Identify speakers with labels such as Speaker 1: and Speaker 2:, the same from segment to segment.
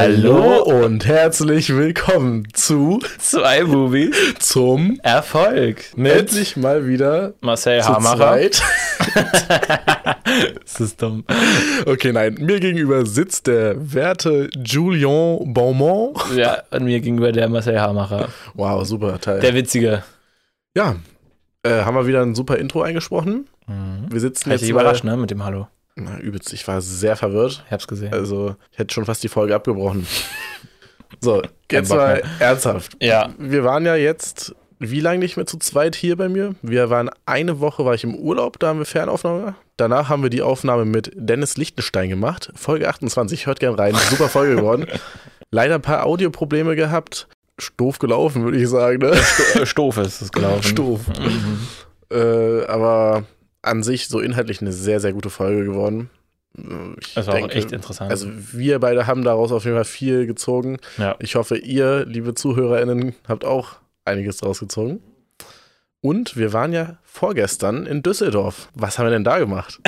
Speaker 1: Hallo und herzlich willkommen zu
Speaker 2: zu iMovie
Speaker 1: zum
Speaker 2: Erfolg mit
Speaker 1: endlich mal wieder
Speaker 2: Marcel
Speaker 1: zu
Speaker 2: Hamacher.
Speaker 1: zweit.
Speaker 2: Das ist dumm.
Speaker 1: Okay, nein, mir gegenüber sitzt der werte Julien Beaumont.
Speaker 2: Ja, an mir gegenüber der Marcel Hamacher.
Speaker 1: Wow, super Teil.
Speaker 2: Der Witzige.
Speaker 1: ja, äh, haben wir wieder ein super Intro eingesprochen. Wir sitzen
Speaker 2: Mhm. Hat dich
Speaker 1: jetzt
Speaker 2: überrascht, ne, mit dem Hallo.
Speaker 1: Mal, na, übelst, ich war sehr verwirrt.
Speaker 2: Ich hab's gesehen.
Speaker 1: Also, ich hätte schon fast die Folge abgebrochen. So, jetzt
Speaker 2: Bock
Speaker 1: mal
Speaker 2: mehr.
Speaker 1: ernsthaft.
Speaker 2: Ja.
Speaker 1: Wir waren ja jetzt wie lange nicht mehr zu zweit hier bei mir? Wir waren eine Woche war ich im Urlaub, da haben wir Fernaufnahme. Danach haben wir die Aufnahme mit Dennis Lichtenstein gemacht. Folge 28, hört gern rein. Super Folge geworden. Leider ein paar Audioprobleme gehabt. Doof gelaufen, würde ich sagen. Ne?
Speaker 2: Stoff Äh, ist es gelaufen. Mhm.
Speaker 1: Doof. äh, aber an sich so inhaltlich eine sehr, sehr gute Folge geworden. Äh, Ich
Speaker 2: Das war auch echt interessant.
Speaker 1: also wir beide haben daraus auf jeden Fall viel gezogen.
Speaker 2: Ja.
Speaker 1: Ich hoffe, ihr, liebe ZuhörerInnen, habt auch einiges daraus gezogen. Und wir waren ja vorgestern in Düsseldorf. Was haben wir denn da gemacht?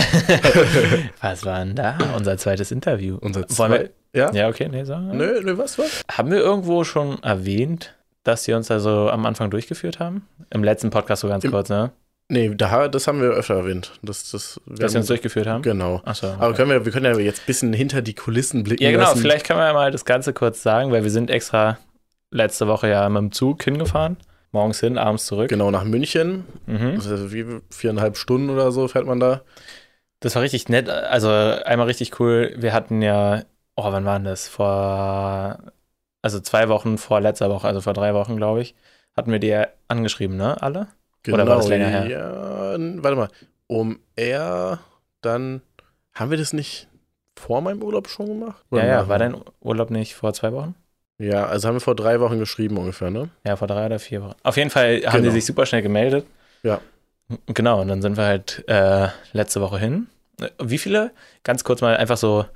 Speaker 2: Was war denn da? Unser zweites Interview.
Speaker 1: Unser
Speaker 2: Wollen wir-
Speaker 1: Ja?
Speaker 2: Ja, okay, nee, sag.
Speaker 1: Nö, nö, was, was?
Speaker 2: Haben wir irgendwo schon erwähnt, dass sie uns da so am Anfang durchgeführt haben? Im letzten Podcast so ganz
Speaker 1: Im-
Speaker 2: kurz, ne?
Speaker 1: Nee, da, das haben wir öfter erwähnt. Das, das, wir
Speaker 2: Dass sie
Speaker 1: haben-
Speaker 2: uns durchgeführt haben?
Speaker 1: Genau.
Speaker 2: Achso.
Speaker 1: Aber können wir, wir können ja jetzt ein bisschen hinter die Kulissen blicken.
Speaker 2: Ja, genau.
Speaker 1: lassen.
Speaker 2: Vielleicht können wir ja mal das Ganze kurz sagen, weil wir sind extra letzte Woche ja mit dem Zug hingefahren. Morgens hin, abends zurück.
Speaker 1: Genau, nach München.
Speaker 2: Mhm.
Speaker 1: Das ist wie viereinhalb Stunden oder so fährt man da.
Speaker 2: Das war richtig nett. Also einmal richtig cool. Wir hatten ja, oh, wann waren das? Vor, also zwei Wochen vor letzter Woche, also vor drei Wochen, glaube ich, hatten wir die ja angeschrieben, ne? Alle? Oder war das länger her?
Speaker 1: Genau, Ja, n- warte mal. Um R, dann haben wir das nicht vor meinem Urlaub schon gemacht?
Speaker 2: Ja, ja.
Speaker 1: nach-
Speaker 2: War dein Urlaub nicht vor zwei Wochen?
Speaker 1: Ja, also haben wir vor drei Wochen geschrieben ungefähr, ne?
Speaker 2: Ja, vor drei oder vier Wochen. Auf jeden Fall haben
Speaker 1: Genau.
Speaker 2: die sich super schnell gemeldet.
Speaker 1: Ja.
Speaker 2: Genau, und dann sind wir halt äh, letzte Woche hin. Äh, Wie viele? Ganz kurz mal einfach so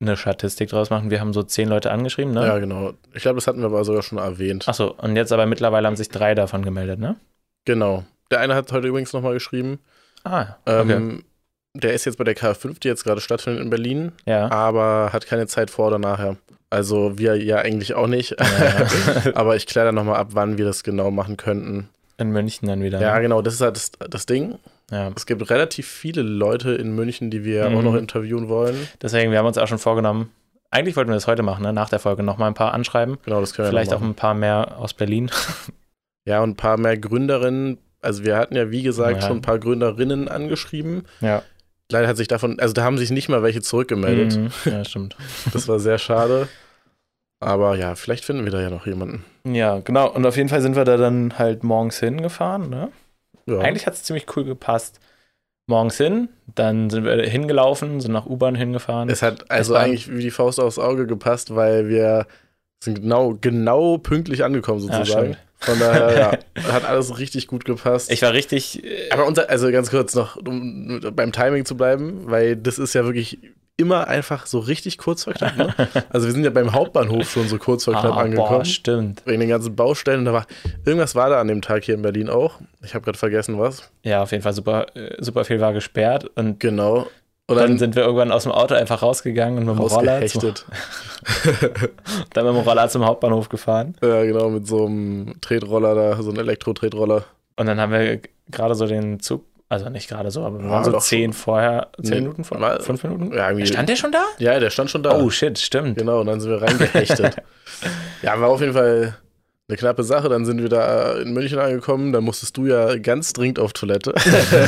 Speaker 2: eine Statistik draus machen. Wir haben so zehn Leute angeschrieben, ne?
Speaker 1: Ja, genau. Ich glaube, das hatten wir aber sogar schon erwähnt.
Speaker 2: Achso, und jetzt aber mittlerweile haben sich drei davon gemeldet, ne?
Speaker 1: Genau. Der eine hat heute übrigens nochmal geschrieben.
Speaker 2: Ah, okay.
Speaker 1: Ähm, Der ist jetzt bei der KF5, die jetzt gerade stattfindet in Berlin,
Speaker 2: ja.
Speaker 1: aber hat keine Zeit vor oder nachher. Also wir ja eigentlich auch nicht.
Speaker 2: Ja.
Speaker 1: aber ich kläre dann nochmal ab, wann wir das genau machen könnten.
Speaker 2: In München dann wieder.
Speaker 1: Ja,
Speaker 2: ne?
Speaker 1: genau, das ist halt das, das Ding.
Speaker 2: ja.
Speaker 1: Es gibt relativ viele Leute in München, die wir
Speaker 2: Mhm.
Speaker 1: auch noch interviewen wollen.
Speaker 2: Deswegen, wir haben uns auch schon vorgenommen, eigentlich wollten wir das heute machen, ne? Nach der Folge nochmal ein paar anschreiben.
Speaker 1: Genau, das können wir
Speaker 2: Vielleicht
Speaker 1: noch
Speaker 2: auch
Speaker 1: machen.
Speaker 2: ein paar mehr aus Berlin.
Speaker 1: Ja, und ein paar mehr Gründerinnen. Also wir hatten ja, wie gesagt,
Speaker 2: Ja.
Speaker 1: schon ein paar Gründerinnen angeschrieben.
Speaker 2: Ja.
Speaker 1: Leider hat sich davon, also da haben sich nicht mal welche zurückgemeldet.
Speaker 2: Mhm. Ja, stimmt.
Speaker 1: Das war sehr schade. Aber ja, vielleicht finden wir da ja noch jemanden.
Speaker 2: Ja, genau. Und auf jeden Fall sind wir da dann halt morgens hingefahren. Ne?
Speaker 1: Ja.
Speaker 2: Eigentlich hat es ziemlich cool gepasst. Morgens hin, dann sind wir hingelaufen, sind nach U-Bahn hingefahren.
Speaker 1: Es hat also
Speaker 2: war-
Speaker 1: eigentlich wie die Faust aufs Auge gepasst, weil wir sind genau, genau pünktlich angekommen
Speaker 2: Ja,
Speaker 1: sozusagen.
Speaker 2: Ah, stimmt.
Speaker 1: Von daher ja, hat alles richtig gut gepasst.
Speaker 2: ich war richtig. äh,
Speaker 1: Aber unser, also ganz kurz noch, um beim Timing zu bleiben, weil das ist ja wirklich immer einfach so richtig kurz vor knapp. Ne? Also wir sind ja beim Hauptbahnhof schon so kurz vor knapp
Speaker 2: ah, boah,
Speaker 1: angekommen.
Speaker 2: stimmt.
Speaker 1: wegen den ganzen Baustellen. Und da war, irgendwas war da an dem Tag hier in Berlin auch. Ich habe gerade vergessen, was.
Speaker 2: Ja, auf jeden Fall super, äh, super viel war gesperrt. Und
Speaker 1: Genau. Und
Speaker 2: dann sind wir irgendwann aus dem Auto einfach rausgegangen und mit dem Roller zum,
Speaker 1: ausgehechtet.
Speaker 2: dann mit dem Roller zum Hauptbahnhof gefahren.
Speaker 1: Ja, genau, mit so einem Tretroller da, so einem Elektro-Tretroller.
Speaker 2: Und dann haben wir gerade so den Zug, also nicht gerade so, aber wir
Speaker 1: Ja,
Speaker 2: waren so
Speaker 1: doch.
Speaker 2: zehn vorher, zehn
Speaker 1: Nee,
Speaker 2: Minuten vorher,
Speaker 1: mal-
Speaker 2: fünf Minuten.
Speaker 1: Ja, irgendwie-
Speaker 2: Stand der schon da?
Speaker 1: Ja, der stand schon da.
Speaker 2: Oh shit, stimmt.
Speaker 1: Genau, und dann sind wir reingehechtet. ja, war auf jeden Fall eine knappe Sache. Dann sind wir da in München angekommen. Da musstest du ja ganz dringend auf Toilette.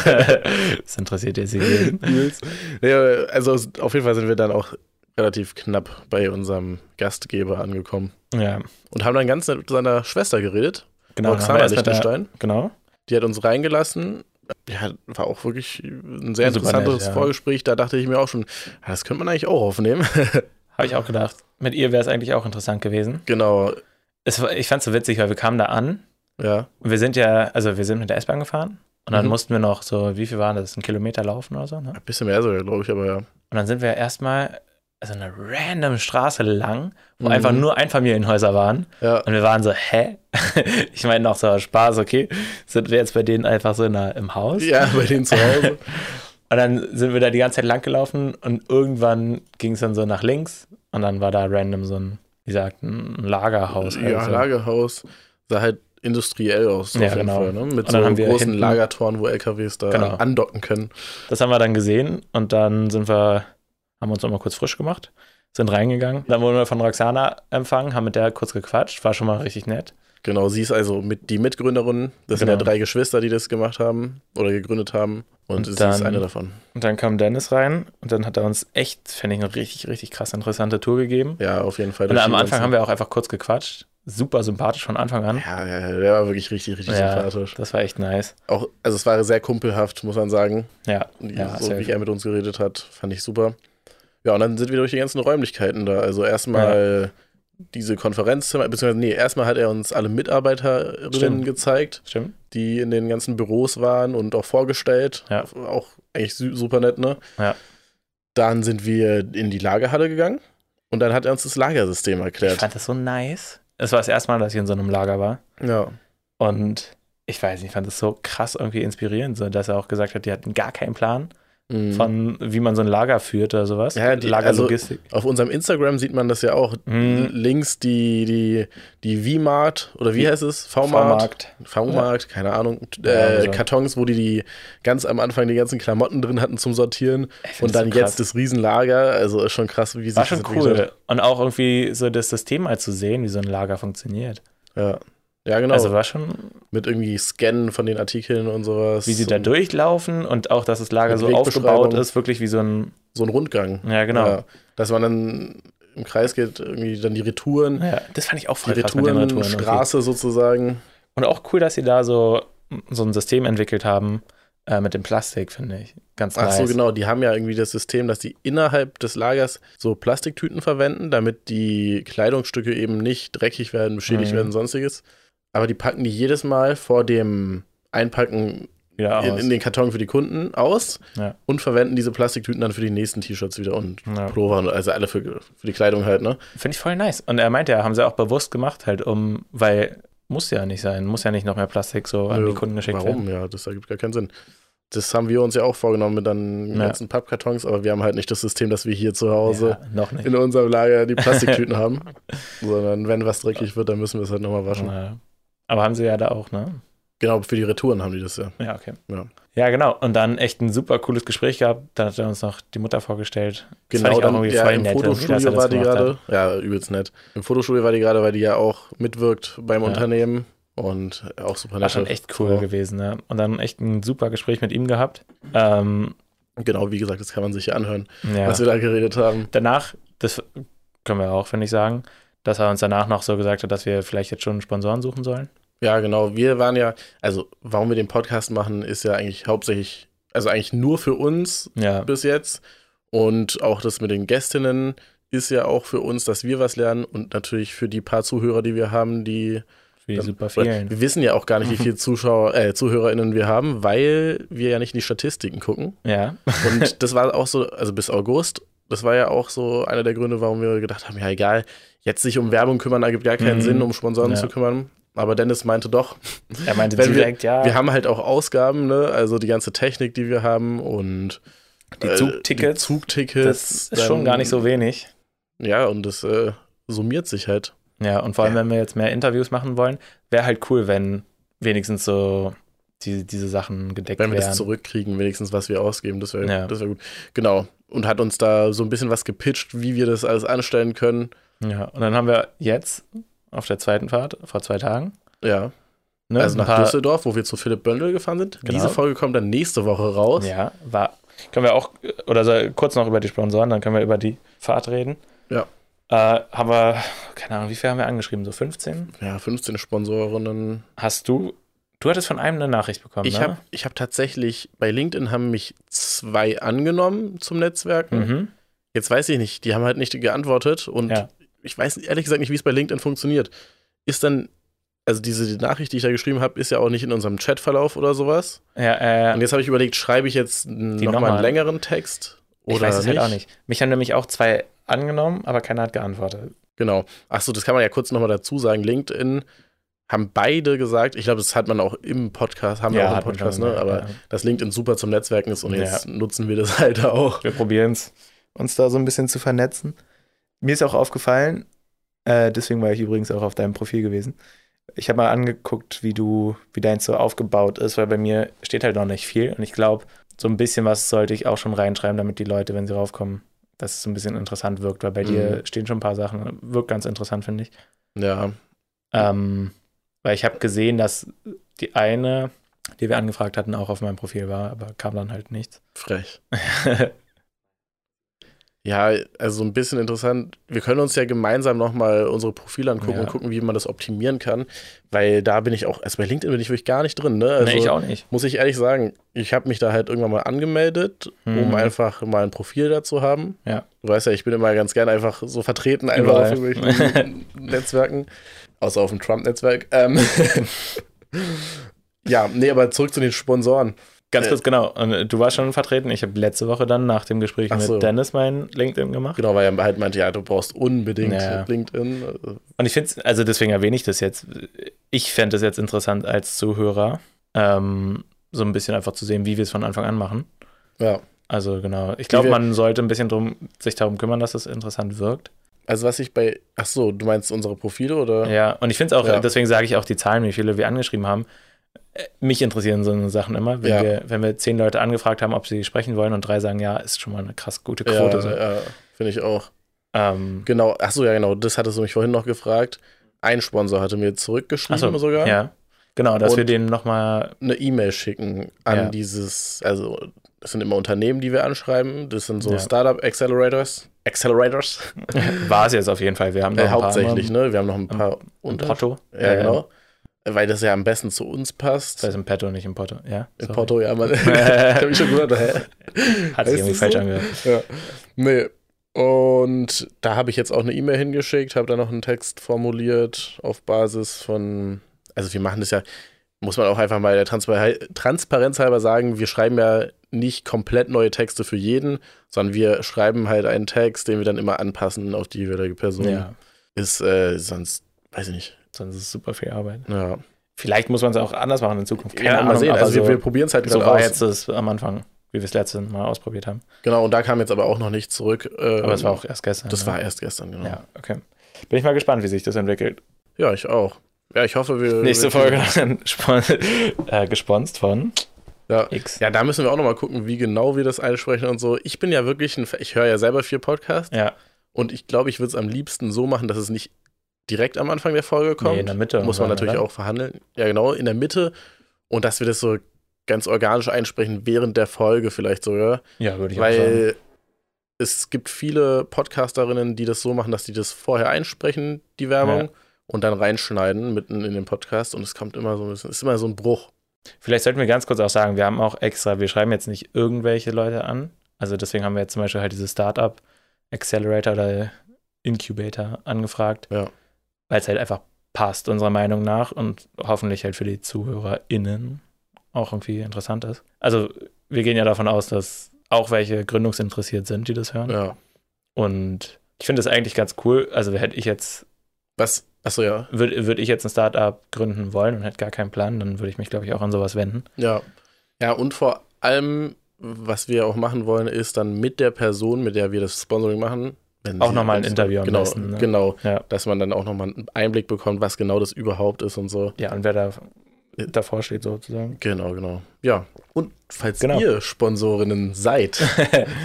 Speaker 2: das interessiert jetzt jeden.
Speaker 1: nee, also auf jeden Fall sind wir dann auch relativ knapp bei unserem Gastgeber angekommen.
Speaker 2: Ja,
Speaker 1: Und haben dann ganz nett mit seiner Schwester geredet,
Speaker 2: genau. dann haben wir
Speaker 1: Roxana
Speaker 2: erst mit der-
Speaker 1: Lichtenstein.
Speaker 2: Genau.
Speaker 1: Die hat uns reingelassen. Ja, war auch wirklich ein sehr
Speaker 2: Super
Speaker 1: interessantes
Speaker 2: nett, ja.
Speaker 1: Vorgespräch. Da dachte ich mir auch schon, ja, das könnte man eigentlich auch aufnehmen.
Speaker 2: Habe ich auch gedacht. Mit ihr wäre es eigentlich auch interessant gewesen.
Speaker 1: genau,
Speaker 2: Es war, ich fand es so witzig, weil wir kamen da an.
Speaker 1: ja.
Speaker 2: Und wir sind ja, also wir sind mit der S-Bahn gefahren. Und dann
Speaker 1: Mhm.
Speaker 2: mussten wir noch so, wie viel waren das? Ein Kilometer laufen oder so, ne?
Speaker 1: Ein bisschen mehr sogar, glaube ich, aber ja.
Speaker 2: Und dann sind wir erstmal so eine random Straße lang, wo
Speaker 1: Mhm.
Speaker 2: einfach nur Einfamilienhäuser waren.
Speaker 1: Ja,
Speaker 2: Und wir waren so, hä? ich meine noch so Spaß, okay. Sind wir jetzt bei denen einfach so in der, im Haus?
Speaker 1: ja bei denen zu Hause.
Speaker 2: Und Und dann sind wir da die ganze Zeit lang gelaufen und irgendwann ging es dann so nach links und dann war da random so ein, wie gesagt, ein Lagerhaus.
Speaker 1: ja,
Speaker 2: also.
Speaker 1: Lagerhaus sah halt industriell aus,
Speaker 2: Ja, genau.
Speaker 1: ne?
Speaker 2: Und
Speaker 1: Mit so
Speaker 2: dann haben wir
Speaker 1: großen
Speaker 2: hinten-
Speaker 1: Lagertoren, wo LKWs da
Speaker 2: Genau.
Speaker 1: andocken können.
Speaker 2: Das haben wir dann gesehen und dann sind wir, haben uns nochmal kurz frisch gemacht, sind reingegangen. Dann wurden wir von Roxana empfangen, haben mit der kurz gequatscht, war schon mal richtig nett.
Speaker 1: Genau, sie ist also mit die Mitgründerin. Das sind ja
Speaker 2: Genau.
Speaker 1: drei Geschwister, die das gemacht haben oder gegründet haben. Und,
Speaker 2: Und
Speaker 1: sie ist
Speaker 2: dann-
Speaker 1: eine davon.
Speaker 2: Und dann kam Dennis rein und dann hat er uns echt, fände ich, eine richtig, richtig krass interessante Tour gegeben.
Speaker 1: Ja, auf jeden Fall.
Speaker 2: Und am Anfang haben wir auch einfach kurz gequatscht. Super sympathisch von Anfang an.
Speaker 1: Ja, ja, ja, der war wirklich richtig, richtig sympathisch.
Speaker 2: das war echt nice.
Speaker 1: Auch, also es war sehr kumpelhaft, muss man sagen.
Speaker 2: Ja,
Speaker 1: Die-
Speaker 2: ja,
Speaker 1: so
Speaker 2: safe.
Speaker 1: wie er mit uns geredet hat, fand ich super. Ja, und dann sind wir durch die ganzen Räumlichkeiten da. Also erstmal diese Konferenzzimmer, beziehungsweise nee, erstmal hat er uns alle Mitarbeiterinnen
Speaker 2: Stimmt.
Speaker 1: gezeigt,
Speaker 2: stimmt.
Speaker 1: die in den ganzen Büros waren und auch vorgestellt.
Speaker 2: Ja.
Speaker 1: Auch eigentlich su- super nett, ne?
Speaker 2: Ja.
Speaker 1: Dann sind wir in die Lagerhalle gegangen und dann hat er uns das Lagersystem
Speaker 2: Ich
Speaker 1: erklärt.
Speaker 2: fand das so nice. Es war das erste Mal, dass ich in so einem Lager war.
Speaker 1: Ja.
Speaker 2: Und ich weiß nicht, ich fand das so krass irgendwie inspirierend, so, dass er auch gesagt hat, die hatten gar keinen Plan
Speaker 1: Mhm.
Speaker 2: von, wie man so ein Lager führt oder sowas.
Speaker 1: Ja, die-
Speaker 2: Lagerlogistik.
Speaker 1: Auf unserem Instagram sieht man das ja auch.
Speaker 2: Mhm.
Speaker 1: Links die, die, die V-Mart oder wie
Speaker 2: Die-
Speaker 1: heißt es? V-Mart. V-Markt, keine Ahnung, äh,
Speaker 2: Ja, so.
Speaker 1: Kartons, wo die, die ganz am Anfang die ganzen Klamotten drin hatten zum Sortieren
Speaker 2: Ich find
Speaker 1: und dann
Speaker 2: so krass.
Speaker 1: jetzt das Riesenlager, also ist schon krass, wie sich
Speaker 2: War
Speaker 1: das
Speaker 2: schon
Speaker 1: entwickelt
Speaker 2: cool. Und auch irgendwie so das System mal zu sehen, wie so ein Lager funktioniert.
Speaker 1: hat. Ja. ja, genau,
Speaker 2: Also war schon,
Speaker 1: mit irgendwie Scannen von den Artikeln und sowas.
Speaker 2: wie sie da
Speaker 1: Und
Speaker 2: durchlaufen und auch, dass das Lager
Speaker 1: Mit
Speaker 2: so aufgebaut
Speaker 1: Wegbeschreibung.
Speaker 2: ist, wirklich wie so ein,
Speaker 1: So ein Rundgang.
Speaker 2: ja genau.
Speaker 1: Ja, dass man dann im Kreis geht, irgendwie dann die Retouren,
Speaker 2: Ja, das fand ich auch
Speaker 1: die
Speaker 2: voll krass mit den Retouren. irgendwie.
Speaker 1: Retourenstraße sozusagen.
Speaker 2: Und auch cool, dass sie da so, so ein System entwickelt haben äh, mit dem Plastik, finde ich. Ganz
Speaker 1: Ach
Speaker 2: nice.
Speaker 1: so, genau. Die haben ja irgendwie das System, dass die innerhalb des Lagers so Plastiktüten verwenden, damit die Kleidungsstücke eben nicht dreckig werden, beschädigt
Speaker 2: Mhm.
Speaker 1: werden, sonstiges. Aber die packen die jedes Mal vor dem Einpacken
Speaker 2: Wieder
Speaker 1: in,
Speaker 2: aus.
Speaker 1: in den Karton für die Kunden aus
Speaker 2: Ja.
Speaker 1: und verwenden diese Plastiktüten dann für die nächsten T-Shirts wieder und
Speaker 2: Ja.
Speaker 1: Pullover, und also alle für, für die Kleidung halt, ne?
Speaker 2: Finde ich voll nice. Und er meinte ja, haben sie auch bewusst gemacht, halt um, weil muss ja nicht sein, muss ja nicht noch mehr Plastik so an
Speaker 1: Nö,
Speaker 2: die Kunden geschickt werden.
Speaker 1: Also, Warum? Ja, das ergibt gar keinen Sinn. Das haben wir uns ja auch vorgenommen mit dann
Speaker 2: Ja.
Speaker 1: ganzen Pappkartons, aber wir haben halt nicht das System, dass wir hier zu Hause
Speaker 2: Ja, noch nicht.
Speaker 1: in unserem Lager die Plastiktüten haben, sondern wenn was dreckig wird, dann müssen wir es halt nochmal waschen.
Speaker 2: Ja. Aber haben sie ja da auch, ne?
Speaker 1: Genau, für die Retouren haben die das ja.
Speaker 2: Ja, okay.
Speaker 1: Ja.
Speaker 2: Ja, genau. Und dann echt ein super cooles Gespräch gehabt. Dann hat er uns noch die Mutter vorgestellt. Das fand
Speaker 1: Genau,
Speaker 2: ich auch
Speaker 1: dann
Speaker 2: irgendwie
Speaker 1: ja,
Speaker 2: voll
Speaker 1: im
Speaker 2: nett, irgendwie, dass er
Speaker 1: Fotostudio
Speaker 2: das
Speaker 1: war die
Speaker 2: gemacht
Speaker 1: gerade. Ja, übelst nett. Im Fotostudio war die gerade, weil die ja auch mitwirkt beim
Speaker 2: Ja.
Speaker 1: Unternehmen und auch super nett.
Speaker 2: War schon echt cool gewesen, ne? Und dann echt ein super Gespräch mit ihm gehabt. Ähm,
Speaker 1: Genau, wie gesagt, das kann man sich ja anhören,
Speaker 2: ja.
Speaker 1: was wir da geredet haben.
Speaker 2: danach, das können wir auch, finde ich, sagen, dass er uns danach noch so gesagt hat, dass wir vielleicht jetzt schon Sponsoren suchen sollen.
Speaker 1: Ja, genau. Wir waren ja, also warum wir den Podcast machen, ist ja eigentlich hauptsächlich, also eigentlich nur für uns,
Speaker 2: Ja,
Speaker 1: bis jetzt. Und auch das mit den Gästinnen ist ja auch für uns, dass wir was lernen und natürlich für die paar Zuhörer, die wir haben, die
Speaker 2: für die
Speaker 1: Ja,
Speaker 2: super
Speaker 1: weil
Speaker 2: vielen.
Speaker 1: wir wissen ja auch gar nicht, wie viele Zuschauer, äh, ZuhörerInnen wir haben, weil wir ja nicht in die Statistiken gucken.
Speaker 2: Ja,
Speaker 1: Und das war auch so, also bis August, das war ja auch so einer der Gründe, warum wir gedacht haben, ja egal, jetzt sich um Werbung kümmern, ergibt gar keinen
Speaker 2: Mhm.
Speaker 1: Sinn, um Sponsoren
Speaker 2: Ja.
Speaker 1: zu kümmern. Aber Dennis meinte doch,
Speaker 2: er meinte
Speaker 1: Wenn wir-
Speaker 2: direkt, ja,
Speaker 1: wir haben halt auch Ausgaben, ne? Also die ganze Technik, die wir haben und
Speaker 2: die
Speaker 1: äh,
Speaker 2: Zugtickets,
Speaker 1: die Zugtickets.
Speaker 2: das ist schon
Speaker 1: dann-
Speaker 2: gar nicht so wenig.
Speaker 1: Ja, und das äh, summiert sich halt.
Speaker 2: Ja, und vor allem,
Speaker 1: Ja.
Speaker 2: wenn wir jetzt mehr Interviews machen wollen, wäre halt cool, wenn wenigstens so die, diese Sachen gedeckt
Speaker 1: Wenn wir
Speaker 2: wären.
Speaker 1: das zurückkriegen, wenigstens was wir ausgeben, das wäre
Speaker 2: Ja.
Speaker 1: das wär gut. Genau. Und hat uns da so ein bisschen was gepitcht, wie wir das alles anstellen können.
Speaker 2: ja, und dann haben wir jetzt auf der zweiten Fahrt vor zwei Tagen.
Speaker 1: Ja.
Speaker 2: Ne,
Speaker 1: also
Speaker 2: ein
Speaker 1: nach
Speaker 2: paar-
Speaker 1: Düsseldorf, wo wir zu Philipp Böndel gefahren sind.
Speaker 2: Genau.
Speaker 1: Diese Folge kommt dann nächste Woche raus.
Speaker 2: Ja, war. Können wir auch, oder so, kurz noch über die Sponsoren, dann können wir über die Fahrt reden.
Speaker 1: Ja.
Speaker 2: Äh, haben wir, keine Ahnung, wie viel haben wir angeschrieben? So 15?
Speaker 1: Ja, 15 Sponsorinnen.
Speaker 2: Hast du, du hattest von einem eine Nachricht bekommen,
Speaker 1: Ich
Speaker 2: ne?
Speaker 1: habe ich hab tatsächlich, bei LinkedIn haben mich zwei angenommen zum Netzwerken.
Speaker 2: Mhm.
Speaker 1: Jetzt weiß ich nicht, die haben halt nicht geantwortet und
Speaker 2: Ja.
Speaker 1: ich weiß ehrlich gesagt nicht, wie es bei LinkedIn funktioniert. Ist dann, also diese Nachricht, die ich da geschrieben habe, ist ja auch nicht in unserem Chatverlauf oder sowas.
Speaker 2: Ja, äh,
Speaker 1: Und jetzt habe ich überlegt, schreibe ich jetzt nochmal
Speaker 2: nochmal.
Speaker 1: einen längeren Text oder
Speaker 2: ich weiß es
Speaker 1: nicht?
Speaker 2: halt auch nicht. Mich haben nämlich auch zwei angenommen, aber keiner hat geantwortet.
Speaker 1: Genau. Achso, das kann man ja kurz nochmal dazu sagen. LinkedIn haben beide gesagt, ich glaube, das hat man auch im Podcast, haben wir auch im Podcast, ne? Aber dass LinkedIn super zum Netzwerken ist und
Speaker 2: Ja.
Speaker 1: jetzt nutzen wir das halt auch.
Speaker 2: Wir probieren es, uns da so ein bisschen zu vernetzen. Mir ist auch aufgefallen, äh, deswegen war ich übrigens auch auf deinem Profil gewesen. Ich habe mal angeguckt, wie du, wie deins so aufgebaut ist, weil bei mir steht halt noch nicht viel. Und ich glaube, so ein bisschen was sollte ich auch schon reinschreiben, damit die Leute, wenn sie raufkommen, dass es so ein bisschen interessant wirkt, weil bei
Speaker 1: Mhm.
Speaker 2: dir stehen schon ein paar Sachen. Wirkt ganz interessant, finde ich.
Speaker 1: Ja.
Speaker 2: Ähm, weil ich habe gesehen, dass die eine, die wir angefragt hatten, auch auf meinem Profil war, aber kam dann halt nichts. Also
Speaker 1: Frech. Ja, also so ein bisschen interessant. Wir können uns ja gemeinsam nochmal unsere Profile angucken
Speaker 2: Ja.
Speaker 1: und gucken, wie man das optimieren kann, weil da bin ich auch, also bei LinkedIn bin ich wirklich gar nicht drin, ne? Also
Speaker 2: nee, ich auch nicht.
Speaker 1: muss ich ehrlich sagen, ich habe mich da halt irgendwann mal angemeldet, um
Speaker 2: Mhm.
Speaker 1: einfach mal ein Profil dazu haben.
Speaker 2: Ja.
Speaker 1: Du weißt ja, ich bin immer ganz gerne einfach so vertreten, einfach
Speaker 2: Überall.
Speaker 1: auf irgendwelchen Netzwerken. Außer auf dem Trump-Netzwerk. Ähm ja, nee, aber zurück zu den Sponsoren.
Speaker 2: Ganz
Speaker 1: Äh,
Speaker 2: kurz, genau. Und äh, du warst schon vertreten. Ich habe letzte Woche dann nach dem Gespräch
Speaker 1: Ach
Speaker 2: mit
Speaker 1: so.
Speaker 2: Dennis mein LinkedIn gemacht.
Speaker 1: Genau, weil er halt meinte, ja, du brauchst unbedingt
Speaker 2: Ja, ja.
Speaker 1: LinkedIn.
Speaker 2: Und ich finde es, also deswegen erwähne ich das jetzt. Ich fände es jetzt interessant als Zuhörer, ähm, so ein bisschen einfach zu sehen, wie wir es von Anfang an machen.
Speaker 1: Äh, Ja.
Speaker 2: Also genau. Ich
Speaker 1: wir-
Speaker 2: glaube, man sollte ein bisschen drum, sich darum kümmern, dass es interessant wirkt.
Speaker 1: Also was ich bei, ach so, du meinst unsere Profile oder?
Speaker 2: Ja, und ich finde es auch,
Speaker 1: Ja.
Speaker 2: deswegen sage ich auch die Zahlen, wie viele wir angeschrieben haben. Äh, Mich interessieren so eine Sachen immer. Wenn,
Speaker 1: Ja.
Speaker 2: wir, wenn wir zehn Leute angefragt haben, ob sie sprechen wollen und drei sagen, ja, ist schon mal eine krass gute
Speaker 1: ja,
Speaker 2: Quote. so.
Speaker 1: ja finde ich auch.
Speaker 2: Ähm,
Speaker 1: Genau, ach so, ja genau, das hattest du mich vorhin noch gefragt. Ein Sponsor hatte mir
Speaker 2: ach
Speaker 1: zurückgeschrieben
Speaker 2: so,
Speaker 1: sogar.
Speaker 2: Ja. Genau, dass
Speaker 1: Und-
Speaker 2: wir denen nochmal.
Speaker 1: eine E-Mail schicken an
Speaker 2: Ja.
Speaker 1: dieses, also das sind immer Unternehmen, die wir anschreiben. Das sind so
Speaker 2: Ja.
Speaker 1: Startup Accelerators. Accelerators.
Speaker 2: War es jetzt auf jeden Fall. Wir haben noch
Speaker 1: Äh,
Speaker 2: ein paar
Speaker 1: hauptsächlich,
Speaker 2: im-
Speaker 1: ne? Wir haben noch ein paar
Speaker 2: Im
Speaker 1: unter.
Speaker 2: Porto.
Speaker 1: Ja,
Speaker 2: Äh,
Speaker 1: genau. Weil das ja am besten zu uns passt.
Speaker 2: Das heißt im Petto, nicht im Porto. Ja.
Speaker 1: In
Speaker 2: sorry.
Speaker 1: Porto, ja, man. ich hab mich schon gewundert. Hä?
Speaker 2: Hat sich
Speaker 1: Heißt
Speaker 2: irgendwie
Speaker 1: es
Speaker 2: falsch
Speaker 1: so?
Speaker 2: angehört.
Speaker 1: Ja. Nee. Und da habe ich jetzt auch eine E-Mail hingeschickt, habe da noch einen Text formuliert auf Basis von, also wir machen das ja, muss man auch einfach mal der Transpar Transparenz halber sagen, wir schreiben ja nicht komplett neue Texte für jeden, sondern wir schreiben halt einen Text, den wir dann immer anpassen auf die jeweilige Person.
Speaker 2: Ja.
Speaker 1: Ist äh, sonst, weiß ich nicht.
Speaker 2: Sonst ist es super viel Arbeit.
Speaker 1: Ja,
Speaker 2: Vielleicht muss man es auch anders machen in Zukunft. Keine
Speaker 1: ja
Speaker 2: Ahnung,
Speaker 1: mal sehen.
Speaker 2: aber
Speaker 1: Also
Speaker 2: so,
Speaker 1: wir, wir probieren es halt
Speaker 2: so
Speaker 1: gerade
Speaker 2: war
Speaker 1: aus.
Speaker 2: jetzt das am Anfang, wie wir es letzte Mal ausprobiert haben.
Speaker 1: Genau, und da kam jetzt aber auch noch nicht zurück. äh,
Speaker 2: Aber es war auch erst gestern.
Speaker 1: Das
Speaker 2: ne?
Speaker 1: war erst gestern, genau.
Speaker 2: Ja, okay. Bin ich mal gespannt, wie sich das entwickelt.
Speaker 1: Ja, ich auch. Ja, ich hoffe, wir.
Speaker 2: Nächste
Speaker 1: Äh, wir-
Speaker 2: Folge dann spon- äh, gesponst von
Speaker 1: Ja.
Speaker 2: X.
Speaker 1: ja, da müssen wir auch nochmal gucken, wie genau wir das einsprechen und so. Ich bin ja wirklich ein. Fa- Ich höre ja selber viel Podcast
Speaker 2: Ja,
Speaker 1: und ich glaube, ich würde es am liebsten so machen, dass es nicht direkt am Anfang der Folge kommt.
Speaker 2: nee, in der Mitte.
Speaker 1: Muss
Speaker 2: irgendwann,
Speaker 1: man natürlich
Speaker 2: oder?
Speaker 1: auch verhandeln. Ja, genau, in der Mitte. Und dass wir das so ganz organisch einsprechen, während der Folge vielleicht sogar.
Speaker 2: Ja, würde ich auch sagen.
Speaker 1: weil es gibt viele Podcasterinnen, die das so machen, dass die das vorher einsprechen, die Werbung, und dann reinschneiden mitten in den Podcast. Und es kommt immer so ein bisschen. Es ist immer so ein Bruch.
Speaker 2: Vielleicht sollten wir ganz kurz auch sagen, wir haben auch extra, wir schreiben jetzt nicht irgendwelche Leute an. Also deswegen haben wir jetzt zum Beispiel halt diese Startup Accelerator oder Incubator angefragt.
Speaker 1: Ja.
Speaker 2: Weil es halt einfach passt, unserer Meinung nach, und hoffentlich halt für die ZuhörerInnen auch irgendwie interessant ist. Also wir gehen ja davon aus, dass auch welche gründungsinteressiert sind, die das hören.
Speaker 1: Ja.
Speaker 2: Und ich finde das eigentlich ganz cool. Also hätte ich jetzt,
Speaker 1: Was? Achso, ja.
Speaker 2: würde würd ich jetzt ein Startup gründen wollen und hätte gar keinen Plan, dann würde ich mich, glaube ich, auch an sowas wenden.
Speaker 1: Ja. Ja, und vor allem, was wir auch machen wollen, ist dann mit der Person, mit der wir das Sponsoring machen, wenn
Speaker 2: Auch
Speaker 1: sie
Speaker 2: nochmal ein
Speaker 1: uns-
Speaker 2: Interview am
Speaker 1: genau,
Speaker 2: besten, ne?
Speaker 1: Genau.
Speaker 2: Ja.
Speaker 1: Dass man dann auch nochmal einen Einblick bekommt, was genau das überhaupt ist und so.
Speaker 2: Ja, und wer da davor steht, sozusagen.
Speaker 1: Genau, genau. Ja. Und falls
Speaker 2: Genau.
Speaker 1: ihr Sponsorinnen seid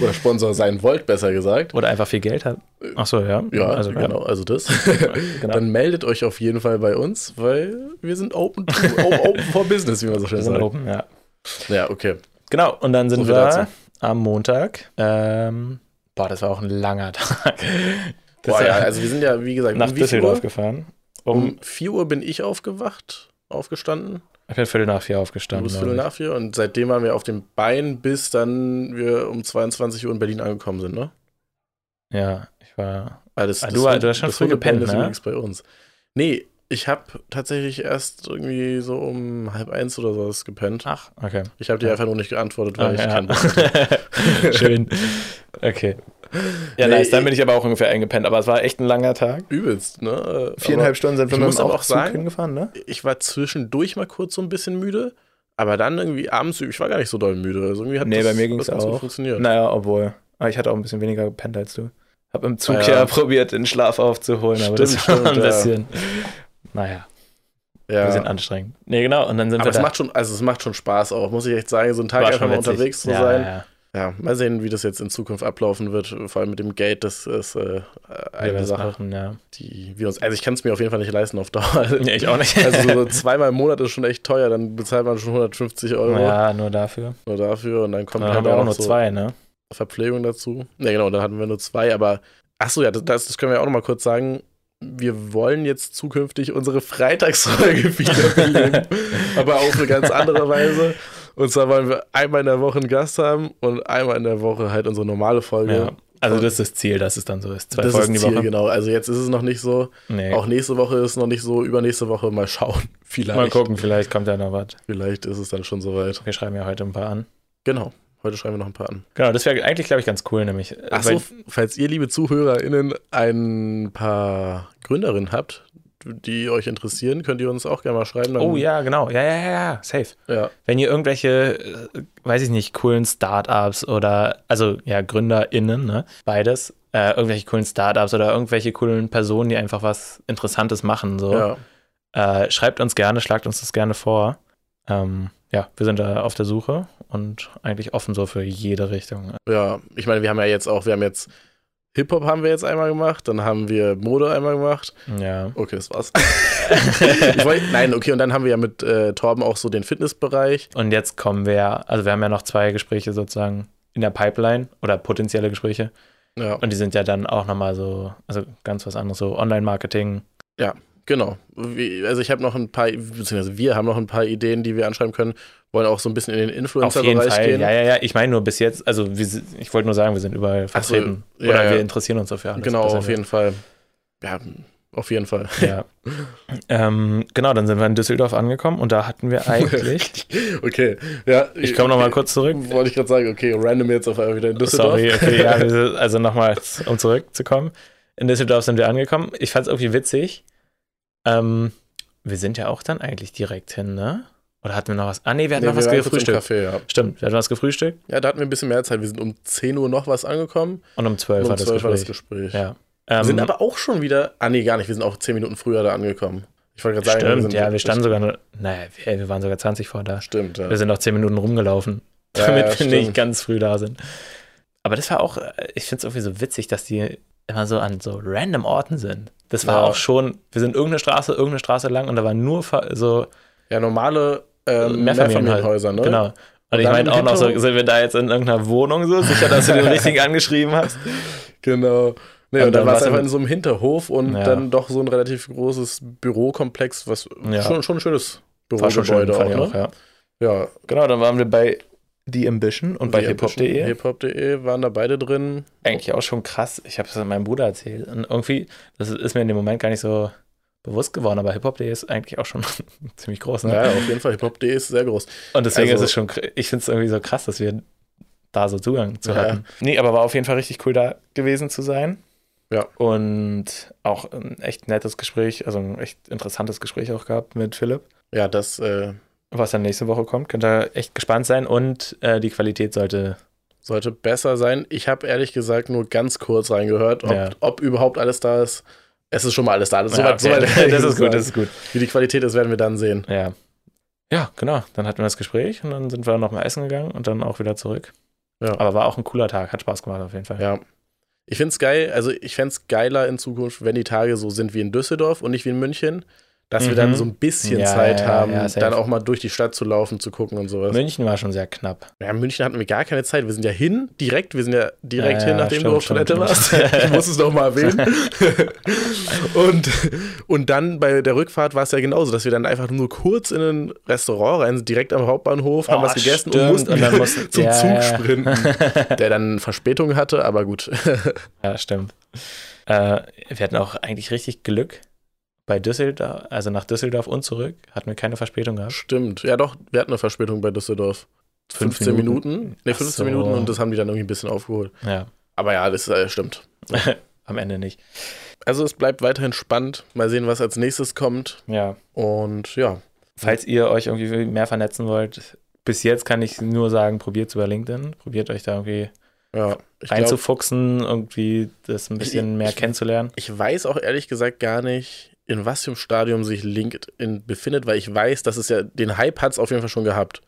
Speaker 1: oder Sponsor sein wollt, besser gesagt.
Speaker 2: Oder einfach viel Geld hat. Ach so, ja.
Speaker 1: Ja,
Speaker 2: also,
Speaker 1: genau, also das.
Speaker 2: genau.
Speaker 1: Dann meldet euch auf jeden Fall bei uns, weil wir sind open, to, open for business, wie man so schön
Speaker 2: Wir sind
Speaker 1: sagt.
Speaker 2: open, ja.
Speaker 1: Ja, okay.
Speaker 2: Genau, und dann sind
Speaker 1: So viel
Speaker 2: wir
Speaker 1: dazu.
Speaker 2: am Montag. Ähm, boah, das war auch ein langer Tag. Das
Speaker 1: Boah,
Speaker 2: war
Speaker 1: ja, also wir sind ja, wie gesagt,
Speaker 2: nach
Speaker 1: um wie viel
Speaker 2: Düsseldorf
Speaker 1: Uhr?
Speaker 2: gefahren.
Speaker 1: Um
Speaker 2: Um,
Speaker 1: 4 Uhr bin ich aufgewacht, aufgestanden.
Speaker 2: ich bin Viertel nach vier
Speaker 1: Du
Speaker 2: aufgestanden.
Speaker 1: bist Viertel
Speaker 2: glaub
Speaker 1: nach vier und seitdem waren wir auf dem Bein, bis dann wir um 22 Uhr in Berlin angekommen sind, ne?
Speaker 2: ich. Ja, ich war.
Speaker 1: Weil das-
Speaker 2: Ah,
Speaker 1: das
Speaker 2: du war- du hast schon
Speaker 1: das
Speaker 2: früh
Speaker 1: Hundebein
Speaker 2: gepennt,
Speaker 1: ist
Speaker 2: ne?
Speaker 1: übrigens bei uns. Nee, ich habe tatsächlich erst irgendwie so um halb eins oder sowas gepennt.
Speaker 2: Ach, okay.
Speaker 1: Ich habe dir einfach nur nicht geantwortet, weil
Speaker 2: Ah,
Speaker 1: ich
Speaker 2: ja.
Speaker 1: kann.
Speaker 2: Schön. Okay. Ja,
Speaker 1: Nee,
Speaker 2: nice. Dann bin ich aber auch ungefähr eingepennt. Aber es war echt ein langer Tag.
Speaker 1: Übelst, ne? Äh,
Speaker 2: Viereinhalb Stunden sind wir
Speaker 1: ich
Speaker 2: mit
Speaker 1: muss
Speaker 2: dem
Speaker 1: aber auch
Speaker 2: Aufzug
Speaker 1: sagen,
Speaker 2: hingefahren, ne?
Speaker 1: aber Ich war zwischendurch mal kurz so ein bisschen müde, aber dann irgendwie abends, ich war gar nicht so doll müde. Also irgendwie hat
Speaker 2: Nee,
Speaker 1: das,
Speaker 2: bei mir ging's
Speaker 1: das ganz gut
Speaker 2: auch.
Speaker 1: funktioniert.
Speaker 2: Naja, obwohl. Aber ich hatte auch ein bisschen weniger gepennt als du. Hab im Zug
Speaker 1: Ah,
Speaker 2: ja,
Speaker 1: ja.
Speaker 2: probiert, den Schlaf aufzuholen, aber das
Speaker 1: Stimmt,
Speaker 2: war ein
Speaker 1: stimmt, ja.
Speaker 2: bisschen. Naja, ein
Speaker 1: ja.
Speaker 2: bisschen anstrengend. Nee, genau. Und dann sind
Speaker 1: Aber
Speaker 2: wir
Speaker 1: es
Speaker 2: da.
Speaker 1: macht schon, also es macht schon Spaß auch, muss ich echt sagen, so einen Tag
Speaker 2: War
Speaker 1: einfach
Speaker 2: schon
Speaker 1: mal
Speaker 2: witzig.
Speaker 1: unterwegs zu
Speaker 2: ja,
Speaker 1: sein.
Speaker 2: Ja,
Speaker 1: Ja, mal sehen, wie das jetzt in Zukunft ablaufen wird. Vor allem mit dem Geld, das ist äh,
Speaker 2: ja. Wie wir
Speaker 1: eine
Speaker 2: das
Speaker 1: Sache,
Speaker 2: machen, ja.
Speaker 1: die wir uns. Also ich kann es mir auf jeden Fall nicht leisten auf Dauer.
Speaker 2: Nee, ich auch nicht.
Speaker 1: Also so zweimal im Monat ist schon echt teuer, dann bezahlt man schon 150 Euro
Speaker 2: ja, nur dafür.
Speaker 1: nur dafür und dann kommt
Speaker 2: Dann haben
Speaker 1: halt
Speaker 2: wir
Speaker 1: auch
Speaker 2: auch
Speaker 1: noch
Speaker 2: nur
Speaker 1: so
Speaker 2: zwei, ne?
Speaker 1: Verpflegung dazu. Ne, genau, dann hatten wir nur zwei, aber achso, ja, das- das, das können wir auch nochmal kurz sagen. Wir wollen jetzt zukünftig unsere Freitagsfolge wiederbeleben, aber auf eine ganz andere Weise. Und zwar wollen wir einmal in der Woche einen Gast haben und einmal in der Woche halt unsere normale Folge.
Speaker 2: Ja. Also das ist das Ziel, dass es dann so ist. genau. Zwei
Speaker 1: das
Speaker 2: Folgen
Speaker 1: ist Ziel,
Speaker 2: die Woche.
Speaker 1: genau. Also jetzt ist es noch nicht so.
Speaker 2: Nee.
Speaker 1: Auch nächste Woche ist noch nicht so. Übernächste Woche mal schauen. Vielleicht.
Speaker 2: Mal gucken, vielleicht kommt ja noch was.
Speaker 1: Vielleicht ist es dann schon soweit.
Speaker 2: Wir schreiben ja heute ein paar an.
Speaker 1: Genau. Heute schreiben wir noch ein paar an.
Speaker 2: Genau, das wäre eigentlich, glaube ich, ganz cool, nämlich. äh,
Speaker 1: Ach
Speaker 2: weil-
Speaker 1: so, falls ihr, liebe ZuhörerInnen, ein paar Gründerinnen habt, die euch interessieren, könnt ihr uns auch gerne mal schreiben. dann-
Speaker 2: Oh ja, genau. Ja, ja, ja, ja, safe.
Speaker 1: ja.
Speaker 2: Wenn ihr irgendwelche, äh, weiß ich nicht, coolen Startups oder, also ja, GründerInnen, ne? Beides. Äh, irgendwelche coolen Startups oder irgendwelche coolen Personen, die einfach was Interessantes machen, so.
Speaker 1: ja.
Speaker 2: Äh, schreibt uns gerne, schlagt uns das gerne vor. Ähm, ja, wir sind da auf der Suche und eigentlich offen so für jede Richtung.
Speaker 1: Ja. Ich meine, wir haben ja jetzt auch, wir haben jetzt Hip-Hop haben wir jetzt einmal gemacht, dann haben wir Mode einmal gemacht.
Speaker 2: Ja.
Speaker 1: Okay, das war's. ich wollte, nein, okay, und dann haben wir ja mit äh, Torben auch so den Fitnessbereich.
Speaker 2: Und jetzt kommen wir, also wir haben ja noch zwei Gespräche sozusagen in der Pipeline oder potenzielle Gespräche.
Speaker 1: Ja,
Speaker 2: Und die sind ja dann auch nochmal so, also ganz was anderes, so Online-Marketing.
Speaker 1: genau. Wie, also ich habe noch ein paar, beziehungsweise wir haben noch ein paar Ideen, die wir anschreiben können. Wollen auch so ein bisschen in den
Speaker 2: Auf jeden
Speaker 1: Influencer-Bereich
Speaker 2: Fall.
Speaker 1: gehen.
Speaker 2: Ja, ja, ja. Ich meine nur bis jetzt, also wir, si- ich wollte nur sagen, wir sind überall
Speaker 1: Ach so,
Speaker 2: vertreten.
Speaker 1: ja,
Speaker 2: oder
Speaker 1: ja.
Speaker 2: wir interessieren uns dafür alles.
Speaker 1: Genau,
Speaker 2: Das
Speaker 1: auf
Speaker 2: sind
Speaker 1: jeden Fall. Ja, auf jeden Fall.
Speaker 2: wir. Ja. ähm, genau, dann sind wir in Düsseldorf angekommen und da hatten wir eigentlich.
Speaker 1: Okay, ja.
Speaker 2: ich komme nochmal kurz zurück.
Speaker 1: Wollte ich gerade sagen, okay, random jetzt auf einmal wieder in Düsseldorf.
Speaker 2: Sorry, okay, ja, wir sind- also nochmal, um zurückzukommen. In Düsseldorf sind wir angekommen. Ich fand es irgendwie witzig. Ähm, wir sind ja auch dann eigentlich direkt hin, ne? Oder hatten wir noch was? Ah, nee, wir hatten
Speaker 1: Nee,
Speaker 2: noch was
Speaker 1: wir waren kurz im
Speaker 2: gefrühstückt.
Speaker 1: Café, ja.
Speaker 2: Stimmt, wir hatten was gefrühstückt
Speaker 1: ja, da hatten wir ein bisschen mehr Zeit. Wir sind um 10 Uhr noch was angekommen.
Speaker 2: und um 12
Speaker 1: und
Speaker 2: war
Speaker 1: um
Speaker 2: das
Speaker 1: 12 war das
Speaker 2: Gespräch.
Speaker 1: Gespräch.
Speaker 2: Ja. Ähm,
Speaker 1: Wir sind aber auch schon wieder. Ah, nee, gar nicht. Wir sind auch 10 Minuten früher da angekommen. Ich wollte gerade sagen,
Speaker 2: stimmt,
Speaker 1: sind,
Speaker 2: ja, wir standen sogar, nur- naja, wir, wir waren sogar 20 vor da.
Speaker 1: Stimmt, ja.
Speaker 2: Wir sind noch 10 Minuten rumgelaufen,
Speaker 1: Ja,
Speaker 2: damit
Speaker 1: ja,
Speaker 2: wir
Speaker 1: stimmt.
Speaker 2: nicht ganz früh da sind. Aber das war auch, äh, ich finde es irgendwie so witzig, dass die immer so an so random Orten sind. Das war
Speaker 1: Ja.
Speaker 2: auch schon, wir sind irgendeine Straße, irgendeine Straße lang und da waren nur Fa- so
Speaker 1: Ja, normale
Speaker 2: Mehrfamilienhäuser.
Speaker 1: ähm, Mehrfamilienhäuser, ne?
Speaker 2: Genau. Und ich
Speaker 1: dann
Speaker 2: meine auch noch so,
Speaker 1: Hinterhof.
Speaker 2: sind wir da jetzt in irgendeiner Wohnung so? Sicher, dass du den richtigen angeschrieben hast?
Speaker 1: Genau. Nee,
Speaker 2: Und dann
Speaker 1: und, dann war
Speaker 2: war's
Speaker 1: es einfach
Speaker 2: im-
Speaker 1: in so einem Hinterhof und
Speaker 2: Ja.
Speaker 1: dann doch so ein relativ großes Bürokomplex, was
Speaker 2: Ja.
Speaker 1: schon, schon ein schönes
Speaker 2: War schon schön,
Speaker 1: Bürogebäude
Speaker 2: fand ich
Speaker 1: auch,
Speaker 2: auch,
Speaker 1: ne?
Speaker 2: ja.
Speaker 1: Ja,
Speaker 2: Genau, dann waren wir bei The Ambition und bei
Speaker 1: wir
Speaker 2: hiphop.de.
Speaker 1: Hiphop.de waren da beide drin.
Speaker 2: eigentlich auch schon krass. Ich habe es meinem Bruder erzählt. Und irgendwie, das ist mir in dem Moment gar nicht so bewusst geworden, aber Hip-Hop.de ist eigentlich auch schon ziemlich groß. Ne?
Speaker 1: Ja, auf jeden Fall. Hiphop.de ist sehr groß.
Speaker 2: Und deswegen
Speaker 1: also-
Speaker 2: ist es schon, kr- ich finde es irgendwie so krass, dass wir da so Zugang zu
Speaker 1: Ja.
Speaker 2: hatten. Nee, aber war auf jeden Fall richtig cool da gewesen zu sein.
Speaker 1: Ja.
Speaker 2: Und auch ein echt nettes Gespräch, also ein echt interessantes Gespräch auch gehabt mit Philipp.
Speaker 1: Ja, das, äh,
Speaker 2: Was dann nächste Woche kommt, könnt ihr echt gespannt sein. Und äh, die Qualität sollte
Speaker 1: sollte besser sein. Ich habe ehrlich gesagt nur ganz kurz reingehört, ob,
Speaker 2: Ja.
Speaker 1: ob überhaupt alles da ist. Es ist schon mal alles da. Das,
Speaker 2: Ja,
Speaker 1: soweit,
Speaker 2: okay.
Speaker 1: soweit
Speaker 2: das ist gut, das ist gut.
Speaker 1: Wie die Qualität ist, werden wir dann sehen.
Speaker 2: Ja. Ja, genau. Dann hatten wir das Gespräch und dann sind wir nochmal essen gegangen und dann auch wieder zurück.
Speaker 1: Ja.
Speaker 2: Aber war auch ein cooler Tag, hat Spaß gemacht auf jeden Fall.
Speaker 1: Ja. Ich finde es geil, also ich fände es geiler in Zukunft, wenn die Tage so sind wie in Düsseldorf und nicht wie in München, dass wir
Speaker 2: Mhm.
Speaker 1: dann so ein bisschen
Speaker 2: Ja,
Speaker 1: Zeit
Speaker 2: ja,
Speaker 1: haben,
Speaker 2: ja, safe.
Speaker 1: dann auch mal durch die Stadt zu laufen, zu gucken und sowas.
Speaker 2: München war schon sehr knapp.
Speaker 1: Ja, in München hatten wir gar keine Zeit. Wir sind ja hin, direkt. Wir sind ja direkt
Speaker 2: Ja,
Speaker 1: hin,
Speaker 2: ja,
Speaker 1: nachdem
Speaker 2: stimmt,
Speaker 1: du auf
Speaker 2: stimmt,
Speaker 1: Toilette warst.
Speaker 2: stimmt.
Speaker 1: Ich muss es nochmal erwähnen. und, und dann bei der Rückfahrt war es ja genauso, dass wir dann einfach nur kurz in ein Restaurant rein, sind, direkt am Hauptbahnhof, haben
Speaker 2: Oh,
Speaker 1: was gegessen
Speaker 2: stimmt,
Speaker 1: und mussten
Speaker 2: und dann
Speaker 1: wieder
Speaker 2: mussten-
Speaker 1: zum
Speaker 2: ja, ja.
Speaker 1: Zug sprinten, der dann Verspätung hatte, aber gut.
Speaker 2: Ja, stimmt. Äh, wir hatten auch eigentlich richtig Glück bei Düsseldorf, also nach Düsseldorf und zurück, hatten wir keine Verspätung gehabt.
Speaker 1: Stimmt. Ja, doch, wir hatten eine Verspätung bei Düsseldorf.
Speaker 2: Fünf
Speaker 1: 15 Minuten.
Speaker 2: Minuten?
Speaker 1: Nee,
Speaker 2: Ach
Speaker 1: 15
Speaker 2: so.
Speaker 1: Minuten und das haben die dann irgendwie ein bisschen aufgeholt.
Speaker 2: Ja.
Speaker 1: Aber ja, das äh, stimmt.
Speaker 2: Am Ende nicht.
Speaker 1: Also es bleibt weiterhin spannend. Mal sehen, was als nächstes kommt.
Speaker 2: Ja.
Speaker 1: Und ja,
Speaker 2: Falls ihr euch irgendwie mehr vernetzen wollt, bis jetzt kann ich nur sagen, probiert es über LinkedIn. Probiert euch da irgendwie
Speaker 1: ja. Ich, glaub,
Speaker 2: reinzufuchsen, irgendwie das ein bisschen
Speaker 1: Ich-
Speaker 2: mehr
Speaker 1: ich-
Speaker 2: kennenzulernen.
Speaker 1: ich weiß auch ehrlich gesagt gar nicht, in was für einem Stadium sich LinkedIn befindet, weil ich weiß, dass es ja, den Hype hat es auf jeden Fall schon gehabt.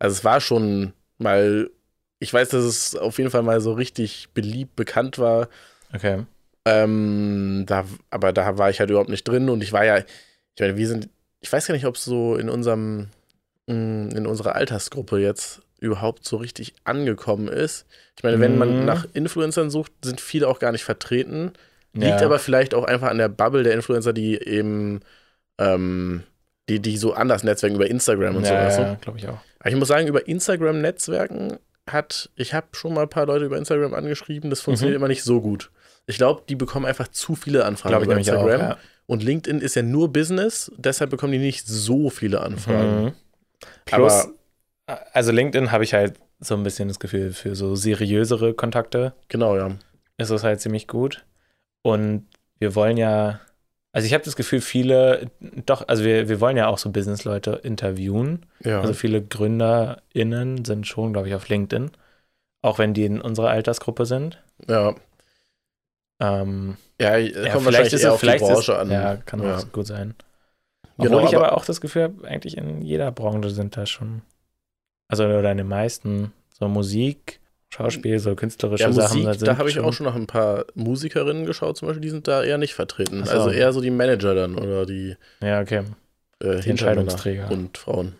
Speaker 1: Also es war schon mal, ich weiß, dass es auf jeden Fall mal so richtig beliebt bekannt war.
Speaker 2: Okay.
Speaker 1: Ähm, da, aber da war ich halt überhaupt nicht drin und ich war ja, ich meine, wir sind, ich weiß gar nicht, ob es so in unserem, mm, in unserer Altersgruppe jetzt überhaupt so richtig angekommen ist. Ich meine, wenn man
Speaker 2: Mhm.
Speaker 1: nach Influencern sucht, sind viele auch gar nicht vertreten. Liegt
Speaker 2: Ja.
Speaker 1: aber vielleicht auch einfach an der Bubble der Influencer, die eben, ähm, die, die so anders netzwerken über Instagram und so.
Speaker 2: ja,
Speaker 1: weißt du?
Speaker 2: ja, glaube ich auch.
Speaker 1: Aber Also ich muss sagen, über Instagram-Netzwerken hat, ich habe schon mal ein paar Leute über Instagram angeschrieben, das funktioniert
Speaker 2: Mhm.
Speaker 1: immer nicht so gut. Ich glaube, die bekommen einfach zu viele Anfragen
Speaker 2: Glaube ich
Speaker 1: über
Speaker 2: nämlich auch.
Speaker 1: Instagram.
Speaker 2: Ja.
Speaker 1: Und LinkedIn ist ja nur Business, deshalb bekommen die nicht so viele Anfragen.
Speaker 2: Mhm. Plus, also LinkedIn habe ich halt so ein bisschen das Gefühl, für so seriösere Kontakte
Speaker 1: Genau, ja.
Speaker 2: ist es halt ziemlich gut. Und wir wollen ja, also ich habe das Gefühl, viele, doch, also wir, wir wollen ja auch so Business-Leute interviewen.
Speaker 1: Ja,
Speaker 2: Also viele GründerInnen sind schon, glaube ich, auf LinkedIn. Auch wenn die in unserer Altersgruppe sind.
Speaker 1: ja.
Speaker 2: Ähm,
Speaker 1: ja,
Speaker 2: ja,
Speaker 1: kommt wahrscheinlich
Speaker 2: es-
Speaker 1: eher auf die
Speaker 2: ist,
Speaker 1: Branche an.
Speaker 2: Ja, kann
Speaker 1: Ja.
Speaker 2: auch gut sein. Obwohl
Speaker 1: Genau,
Speaker 2: ich
Speaker 1: aber-
Speaker 2: aber, auch das Gefühl habe, eigentlich in jeder Branche sind da schon, also oder in den meisten, so Musik, Schauspiel, so künstlerische
Speaker 1: Ja,
Speaker 2: Sachen.
Speaker 1: Musik,
Speaker 2: sind
Speaker 1: da habe ich
Speaker 2: schon-
Speaker 1: auch schon nach ein paar Musikerinnen geschaut, zum Beispiel, die sind da eher nicht vertreten.
Speaker 2: Ach so.
Speaker 1: Also eher so die Manager dann oder die
Speaker 2: Ja, okay.
Speaker 1: äh, Hintermänner
Speaker 2: Entscheidungsträger.
Speaker 1: und Frauen.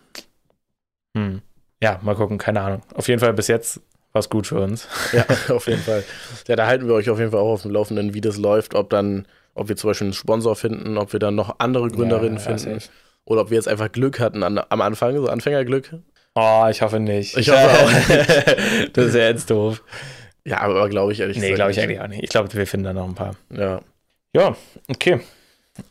Speaker 2: Hm. Ja, mal gucken, keine Ahnung. Auf jeden Fall bis jetzt war es gut für uns.
Speaker 1: Ja, auf jeden Fall. Ja, da halten wir euch auf jeden Fall auch auf dem Laufenden, wie das läuft, ob dann, ob wir zum Beispiel einen Sponsor finden, ob wir dann noch andere Gründerinnen
Speaker 2: Ja, also ja,
Speaker 1: finden
Speaker 2: safe.
Speaker 1: oder ob wir jetzt einfach Glück hatten an, am Anfang, so Anfängerglück.
Speaker 2: Oh, ich hoffe nicht.
Speaker 1: Ich hoffe
Speaker 2: auch. das ist ja jetzt doof.
Speaker 1: Ja, aber glaube ich ehrlich
Speaker 2: Nee, glaube ich eigentlich auch nicht. Ich glaube, wir finden da noch ein paar.
Speaker 1: Ja.
Speaker 2: Ja, okay.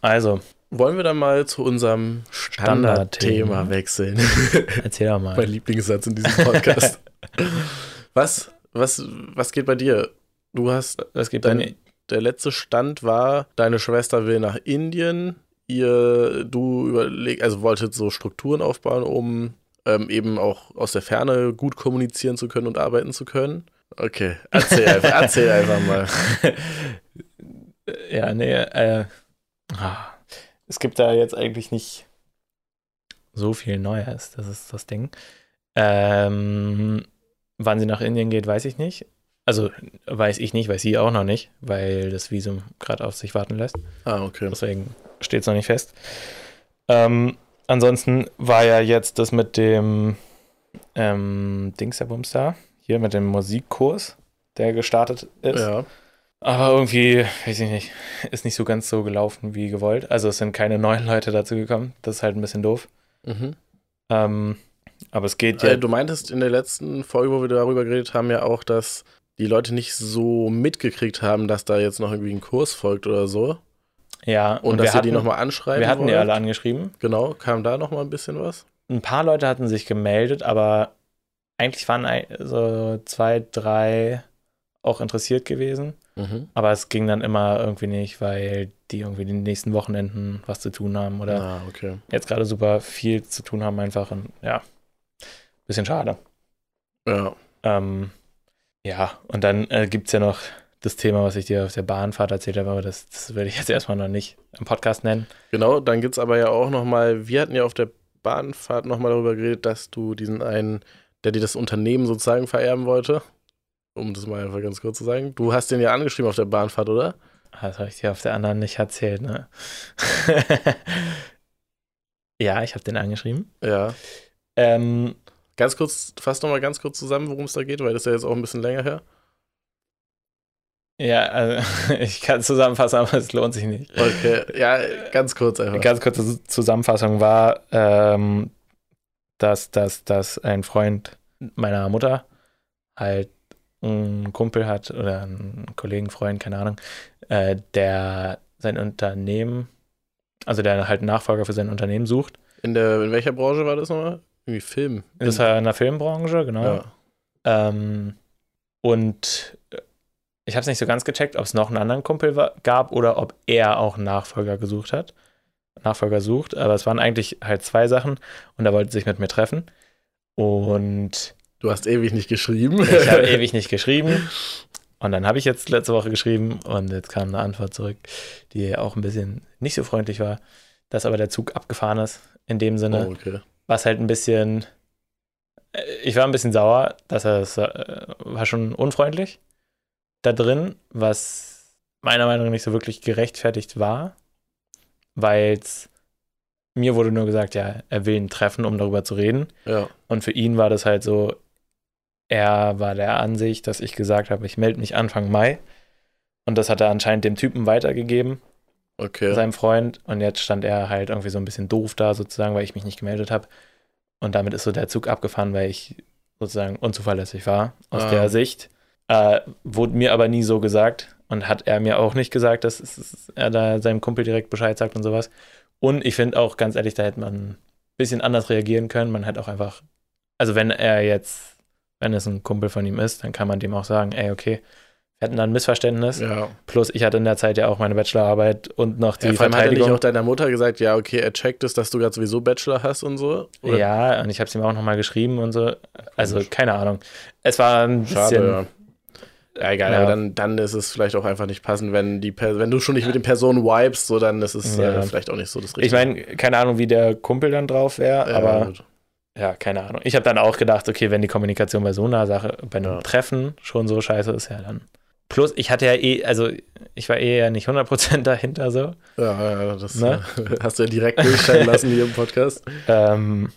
Speaker 2: Also,
Speaker 1: Wollen wir dann mal zu unserem
Speaker 2: Standardthema.
Speaker 1: Standardthema wechseln?
Speaker 2: erzähl doch mal.
Speaker 1: mein Lieblingssatz in diesem Podcast. was, was, was geht bei dir? Du hast,
Speaker 2: Was gibt
Speaker 1: Deine-
Speaker 2: denn?
Speaker 1: der letzte Stand war, deine Schwester will nach Indien, ihr, du überleg, also wolltet so Strukturen aufbauen, um ähm, eben auch aus der Ferne gut kommunizieren zu können und arbeiten zu können. Okay, erzähl einfach, erzähl einfach mal.
Speaker 2: Ja, nee, äh, ah, es gibt da jetzt eigentlich nicht so viel Neues, das ist das Ding. Ähm, wann sie nach Indien geht, weiß ich nicht. Also weiß ich nicht, weiß sie auch noch nicht, weil das Visum gerade auf sich warten lässt.
Speaker 1: Ah, okay.
Speaker 2: Deswegen steht es noch nicht fest. Ähm, ansonsten war ja jetzt das mit dem ähm, Dings der Bumstar, hier mit dem Musikkurs, der gestartet ist.
Speaker 1: Ja,
Speaker 2: Aber irgendwie, weiß ich nicht, ist nicht so ganz so gelaufen wie gewollt. Also es sind keine neuen Leute dazu gekommen. Das ist halt ein bisschen doof.
Speaker 1: mhm.
Speaker 2: Ähm, aber es geht ja.
Speaker 1: Äh, Du meintest in der letzten Folge, wo wir darüber geredet haben, ja auch, dass die Leute nicht so mitgekriegt haben, dass da jetzt noch irgendwie ein Kurs folgt oder so.
Speaker 2: ja,
Speaker 1: Und, dass ihr die nochmal anschreiben
Speaker 2: Wir hatten die
Speaker 1: wollt.
Speaker 2: alle angeschrieben.
Speaker 1: Genau, kam da nochmal ein bisschen was?
Speaker 2: Ein paar Leute hatten sich gemeldet, aber eigentlich waren ein- so zwei, drei auch interessiert gewesen.
Speaker 1: Mhm.
Speaker 2: Aber es ging dann immer irgendwie nicht, weil die irgendwie die nächsten Wochenenden was zu tun haben oder
Speaker 1: Ah, okay.
Speaker 2: jetzt gerade super viel zu tun haben einfach. Und ja, bisschen schade.
Speaker 1: Ja.
Speaker 2: Ähm, ja, und dann äh, gibt es ja noch das Thema, was ich dir auf der Bahnfahrt erzählt habe, aber das, das würde ich jetzt erstmal noch nicht im Podcast nennen.
Speaker 1: Genau, dann gibt es aber ja auch nochmal, wir hatten ja auf der Bahnfahrt nochmal darüber geredet, dass du diesen einen, der dir das Unternehmen sozusagen vererben wollte, um das mal einfach ganz kurz zu sagen, du hast den ja angeschrieben auf der Bahnfahrt, oder?
Speaker 2: Ah, Das habe ich dir auf der anderen nicht erzählt, ne? ja, ich habe den angeschrieben.
Speaker 1: Ja.
Speaker 2: Ähm,
Speaker 1: Ganz kurz, fass nochmal ganz kurz zusammen, worum es da geht, weil das ist ja jetzt auch ein bisschen länger her.
Speaker 2: ja, also, ich kann es zusammenfassen, aber es lohnt sich nicht.
Speaker 1: Okay, ja, ganz kurz einfach.
Speaker 2: Ganz kurze Zus- Zusammenfassung war, ähm, dass, dass, dass ein Freund meiner Mutter halt einen Kumpel hat oder einen Kollegen, Freund, keine Ahnung, äh, der sein Unternehmen, also der halt einen Nachfolger für sein Unternehmen sucht.
Speaker 1: In, der, in welcher Branche war das nochmal? Irgendwie Film.
Speaker 2: Das war in der Filmbranche, genau.
Speaker 1: ja.
Speaker 2: Ähm, und ich habe es nicht so ganz gecheckt, ob es noch einen anderen Kumpel wa- gab oder ob er auch einen Nachfolger gesucht hat. Nachfolger sucht, aber es waren eigentlich halt zwei Sachen und er wollte sich mit mir treffen. Und
Speaker 1: Du hast ewig nicht geschrieben.
Speaker 2: ich habe ewig nicht geschrieben. Und dann habe ich jetzt letzte Woche geschrieben und jetzt kam eine Antwort zurück, die auch ein bisschen nicht so freundlich war, dass aber der Zug abgefahren ist. In dem
Speaker 1: oh,
Speaker 2: Sinne,
Speaker 1: okay.
Speaker 2: was halt ein bisschen. äh, Ich war ein bisschen sauer, dass er es äh, war schon unfreundlich da drin, was meiner Meinung nach nicht so wirklich gerechtfertigt war, weil mir wurde nur gesagt, ja, er will ihn treffen, um darüber zu reden.
Speaker 1: Ja.
Speaker 2: Und für ihn war das halt so, er war der Ansicht, dass ich gesagt habe, ich melde mich Anfang Mai. Und das hat er anscheinend dem Typen weitergegeben,
Speaker 1: Okay.
Speaker 2: seinem Freund. Und jetzt stand er halt irgendwie so ein bisschen doof da, sozusagen, weil ich mich nicht gemeldet habe. Und damit ist so der Zug abgefahren, weil ich sozusagen unzuverlässig war aus
Speaker 1: Ah.
Speaker 2: der Sicht. Äh, wurde mir aber nie so gesagt. Und hat er mir auch nicht gesagt, dass es- es- er da seinem Kumpel direkt Bescheid sagt und sowas. Und ich finde auch, ganz ehrlich, da hätte man ein bisschen anders reagieren können. Man hätte auch einfach, also wenn er jetzt, wenn es ein Kumpel von ihm ist, dann kann man dem auch sagen, ey, okay, wir hatten da ein Missverständnis.
Speaker 1: ja.
Speaker 2: Plus, ich hatte in der Zeit ja auch meine Bachelorarbeit und noch die
Speaker 1: ja, vor allem hat er nicht
Speaker 2: Verteidigung.
Speaker 1: auch deiner Mutter gesagt, ja, okay, er checkt es, dass du gerade sowieso Bachelor hast und so? Oder-
Speaker 2: ja, und ich habe es ihm auch nochmal geschrieben und so. Also, keine Ahnung. Es war ein bisschen.
Speaker 1: Schade, ja. Ja, egal,
Speaker 2: Ja.
Speaker 1: aber dann, dann ist es vielleicht auch einfach nicht passend, wenn die Per- wenn du schon nicht mit den Personen vibest, so dann ist es
Speaker 2: Ja.
Speaker 1: äh, vielleicht auch nicht so das Richtige.
Speaker 2: Ich meine, keine Ahnung, wie der Kumpel dann drauf wäre,
Speaker 1: Ja,
Speaker 2: aber
Speaker 1: gut.
Speaker 2: ja, keine Ahnung. Ich habe dann auch gedacht, okay, wenn die Kommunikation bei so einer Sache, bei einem
Speaker 1: Ja.
Speaker 2: Treffen schon so scheiße ist, ja dann. Plus, ich hatte ja eh, also ich war eh ja nicht 100% dahinter so.
Speaker 1: Ja, ja, das
Speaker 2: Ne?
Speaker 1: äh, hast du ja direkt durchscheinen lassen hier im Podcast.
Speaker 2: Ähm,